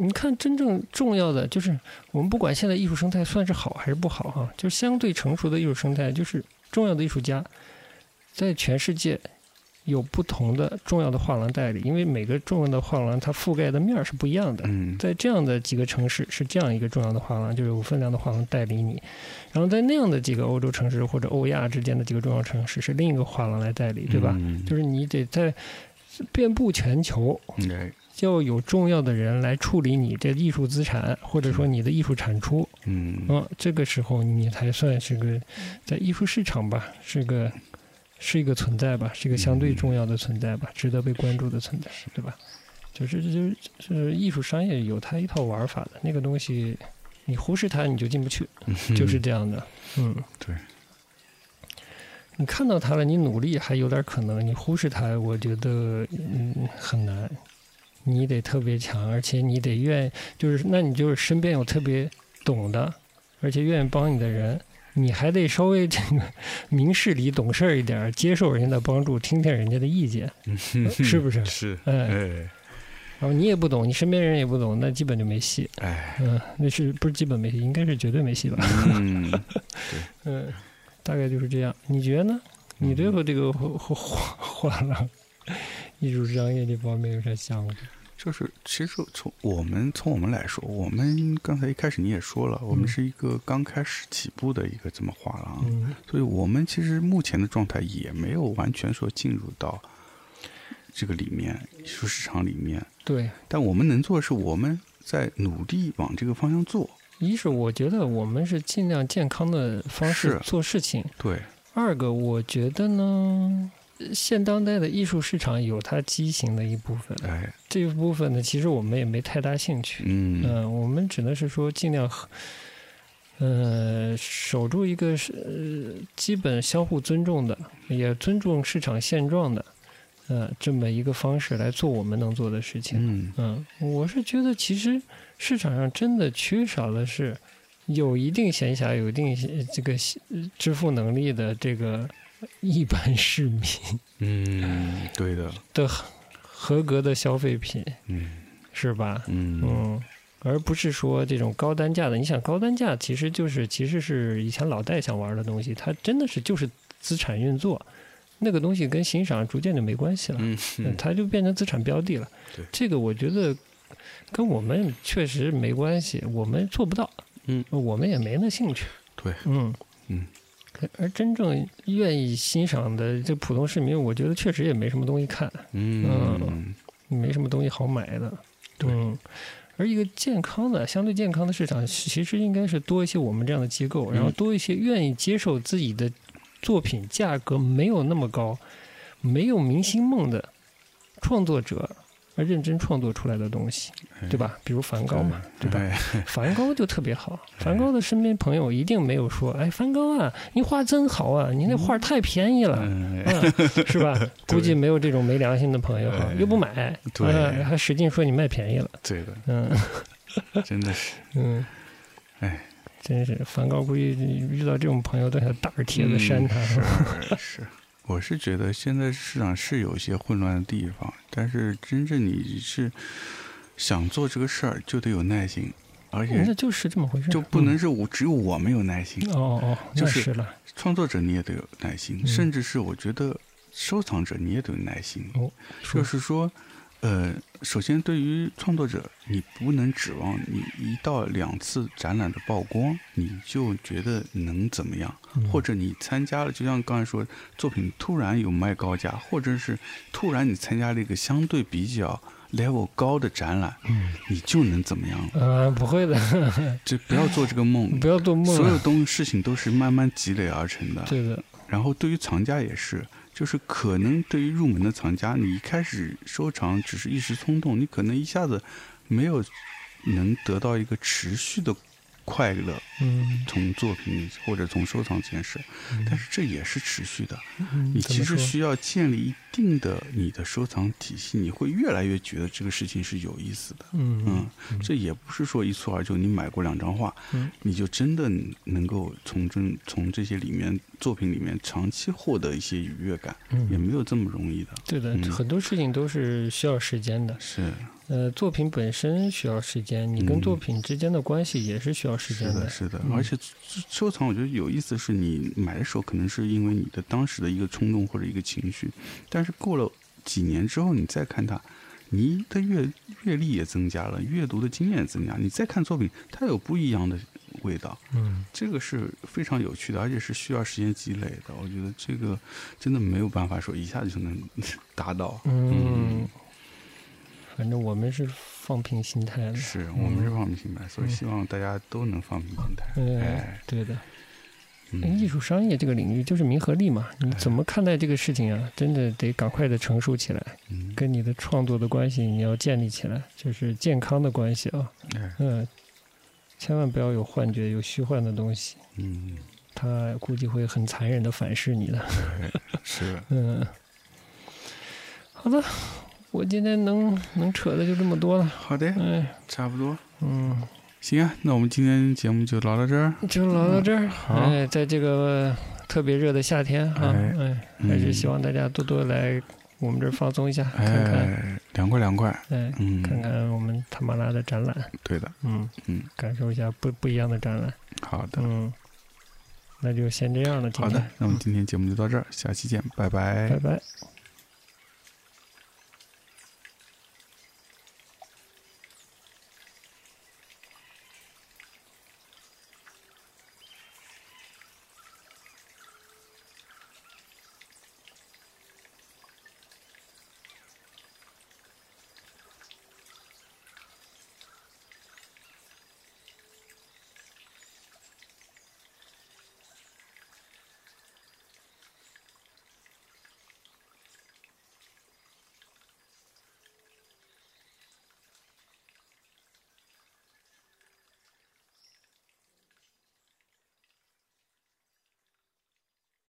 Speaker 2: 你看，真正重要的就是我们不管现在艺术生态算是好还是不好哈、就是相对成熟的艺术生态，就是重要的艺术家在全世界有不同的重要的画廊代理，因为每个重要的画廊它覆盖的面儿是不一样的。
Speaker 1: 嗯
Speaker 2: 在这样的几个城市是这样一个重要的画廊，就是有分量的画廊代理你，然后在那样的几个欧洲城市或者欧亚之间的几个重要城市是另一个画廊来代理，对吧？
Speaker 1: 嗯
Speaker 2: 就是你得在遍布全球，
Speaker 1: 对
Speaker 2: 要有重要的人来处理你的艺术资产，或者说你的艺术产出，
Speaker 1: 嗯
Speaker 2: 嗯，这个时候你才算是个在艺术市场吧，是个是一个存在吧，是一个相对重要的存在吧，值得被关注的存在，对吧？就是就是就是艺术商业有它一套玩法的，那个东西你忽视它你就进不去， 就是这样的，嗯，
Speaker 1: 嗯对。
Speaker 2: 你看到它了，你努力还有点可能，你忽视它，我觉得嗯很难。你得特别强，而且你得愿，就是那你就是身边有特别懂的，而且愿意帮你的人，你还得稍微这个明事理、懂事儿一点儿，接受人家的帮助，听听人家的意见，是不是？
Speaker 1: 嗯 是
Speaker 2: 哎，
Speaker 1: 哎
Speaker 2: 然后你也不懂，你身边人也不懂，那基本就没戏。
Speaker 1: 哎
Speaker 2: 嗯，那是不是基本没戏？应该是绝对没戏吧？
Speaker 1: 嗯，
Speaker 2: 嗯，大概就是这样。你觉得呢？你对和这个画画画廊、艺术商业这方面有啥想法？
Speaker 1: 就是，其实从我们从我们来说，我们刚才一开始你也说了，我们
Speaker 2: 嗯
Speaker 1: 是一个刚开始起步的一个这么画廊，
Speaker 2: 嗯，
Speaker 1: 所以我们其实目前的状态也没有完全说进入到这个里面艺术市场里面，
Speaker 2: 对，
Speaker 1: 但我们能做的是我们在努力往这个方向做，
Speaker 2: 一是我觉得我们是尽量健康的方式
Speaker 1: 是
Speaker 2: 做事情，
Speaker 1: 对，
Speaker 2: 二个我觉得呢，呃现当代的艺术市场有它畸形的一部分，
Speaker 1: 哎，
Speaker 2: 这一部分呢，其实我们也没太大兴趣。
Speaker 1: 嗯
Speaker 2: 嗯、我们只能是说尽量和，呃，守住一个是、呃、基本相互尊重的，也尊重市场现状的，呃，这么一个方式来做我们能做的事情。
Speaker 1: 嗯
Speaker 2: 嗯，我是觉得其实市场上真的缺少的是有一定闲暇、有一定呃这个呃支付能力的这个一般市民
Speaker 1: 嗯，对的，
Speaker 2: 的合合格的消费品，
Speaker 1: 嗯
Speaker 2: 是吧？
Speaker 1: 嗯
Speaker 2: 嗯，而不是说这种高单价的。你想，高单价其实就是其实是以前老戴想玩的东西，它真的是就是资产运作，那个东西跟欣赏逐渐就没关系了。
Speaker 1: 嗯
Speaker 2: 嗯，它就变成资产标的了
Speaker 1: 对。
Speaker 2: 这个我觉得跟我们确实没关系，我们做不到，
Speaker 1: 嗯，
Speaker 2: 我们也没那兴趣，
Speaker 1: 对，
Speaker 2: 嗯
Speaker 1: 嗯。
Speaker 2: 可而真正愿意欣赏的这普通市民，我觉得确实也没什么东西看，
Speaker 1: 嗯
Speaker 2: 没什么东西好买的。
Speaker 1: 对
Speaker 2: 嗯，而一个健康的、相对健康的市场，其实应该是多一些我们这样的机构，
Speaker 1: 嗯
Speaker 2: 然后多一些愿意接受自己的作品价格没有那么高、没有明星梦的创作者，而认真创作出来的东西，对吧？比如哎梵高嘛， 哎对吧？
Speaker 1: 哎
Speaker 2: 梵高就特别好，梵高的身边朋友一定没有说：“哎，梵高啊，你画真好啊，你那画太便宜了。
Speaker 1: 嗯
Speaker 2: 嗯，是吧？估计没有这种没良心的朋友哈，
Speaker 1: 对
Speaker 2: 又不买，
Speaker 1: 哎对
Speaker 2: 嗯还使劲说你卖便宜了，
Speaker 1: 对的，
Speaker 2: 嗯
Speaker 1: 真的是，
Speaker 2: 嗯，
Speaker 1: 哎，
Speaker 2: 真是梵高估计遇到这种朋友都想大耳贴子扇他，是吧
Speaker 1: 嗯是哎是，我是觉得现在市场是有一些混乱的地方，但是真正你是想做这个事儿，就得有耐心，而
Speaker 2: 那
Speaker 1: 且
Speaker 2: 就是嗯这么回事，
Speaker 1: 就不能是我只有我没有耐心
Speaker 2: 嗯。，哦哦，
Speaker 1: 就
Speaker 2: 那
Speaker 1: 是
Speaker 2: 是了，
Speaker 1: 创作者你也得有耐心，
Speaker 2: 嗯
Speaker 1: 甚至是我觉得收藏者你也得有耐心。
Speaker 2: 哦，
Speaker 1: 就是说，呃，首先对于创作者，你不能指望你一到两次展览的曝光，你就觉得能怎么样，
Speaker 2: 嗯
Speaker 1: 或者你参加了，就像刚才说，作品突然有卖高价，或者是突然你参加了一个相对比较 level 高的展览，
Speaker 2: 嗯
Speaker 1: 你就能怎么样？
Speaker 2: 呃不会的，
Speaker 1: 这不要做这个梦
Speaker 2: 不。要做嗯梦啊
Speaker 1: 所有
Speaker 2: 了。
Speaker 1: 东事情都是慢慢积累而成的，
Speaker 2: 对的，
Speaker 1: 然后对于藏家也是，就是可能对于入门的藏家，你一开始收藏只是一时冲动，你可能一下子没有能得到一个持续的快乐，
Speaker 2: 嗯，
Speaker 1: 从作品或者从收藏这件事，但是这也是持续的。
Speaker 2: 嗯
Speaker 1: 你
Speaker 2: 怎
Speaker 1: 其
Speaker 2: 么
Speaker 1: 实
Speaker 2: 说
Speaker 1: 需要建立一定的你的收藏体系，你会越来越觉得这个事情是有意思的。
Speaker 2: 嗯
Speaker 1: 嗯，这也不是说一蹴而就，你买过两张画，
Speaker 2: 嗯
Speaker 1: 你就真的能够从中从这些里面作品里面长期获得一些愉悦感，也
Speaker 2: 嗯，
Speaker 1: 没有这么容易的。
Speaker 2: 对的，
Speaker 1: 嗯
Speaker 2: 很多事情都是需要时间的。
Speaker 1: 是
Speaker 2: 呃，作品本身需要时间，你跟
Speaker 1: 嗯
Speaker 2: 作品之间的关系也是需要时
Speaker 1: 是
Speaker 2: 间
Speaker 1: 的，
Speaker 2: 的。
Speaker 1: 是的
Speaker 2: 嗯，
Speaker 1: 而且收藏我觉得有意思是你买的时候可能是因为你的当时的一个冲动或者一个情绪，但是过了几年之后你再看它。你的阅阅历也增加了，阅读的经验也增加，你再看作品，它有不一样的味道。
Speaker 2: 嗯
Speaker 1: 这个是非常有趣的，而且是需要时间积累的。我觉得这个真的没有办法说一下子就能 达到。
Speaker 2: 嗯，反正我们是放平心态的。
Speaker 1: 是我们是放平心态，所以希望大家都能放平心态。
Speaker 2: 嗯
Speaker 1: 哎，，
Speaker 2: 对的。哎
Speaker 1: 嗯
Speaker 2: 艺术商业这个领域就是名和利嘛，
Speaker 1: 哎
Speaker 2: 你怎么看待这个事情啊？真的得赶快的成熟起来，
Speaker 1: 嗯，
Speaker 2: 跟你的创作的关系你要建立起来，就是健康的关系啊，
Speaker 1: 哎
Speaker 2: 嗯，千万不要有幻觉，有虚幻的东西，
Speaker 1: 嗯，
Speaker 2: 它估计会很残忍的反噬你的。
Speaker 1: 是
Speaker 2: 嗯，好的，我今天能能扯的就这么多了，
Speaker 1: 好的，
Speaker 2: 哎，
Speaker 1: 差不多。
Speaker 2: 嗯，
Speaker 1: 行啊，那我们今天节目就聊到这儿。
Speaker 2: 就聊到这儿，
Speaker 1: 好
Speaker 2: 哎，在这个特别热的夏天啊，
Speaker 1: 哎
Speaker 2: 哎。
Speaker 1: 嗯
Speaker 2: 还是希望大家多多来我们这儿放松一下，看看，
Speaker 1: 哎，凉快凉快。
Speaker 2: 哎，
Speaker 1: 嗯，
Speaker 2: 看看我们塔马拉的展览，
Speaker 1: 对的，
Speaker 2: 嗯
Speaker 1: 嗯，
Speaker 2: 感受一下不不一样的展览，
Speaker 1: 好的，
Speaker 2: 嗯，那就先这样了，今
Speaker 1: 好
Speaker 2: 天
Speaker 1: 的。那我们今天节目就到这儿，下期见，拜拜
Speaker 2: 拜拜。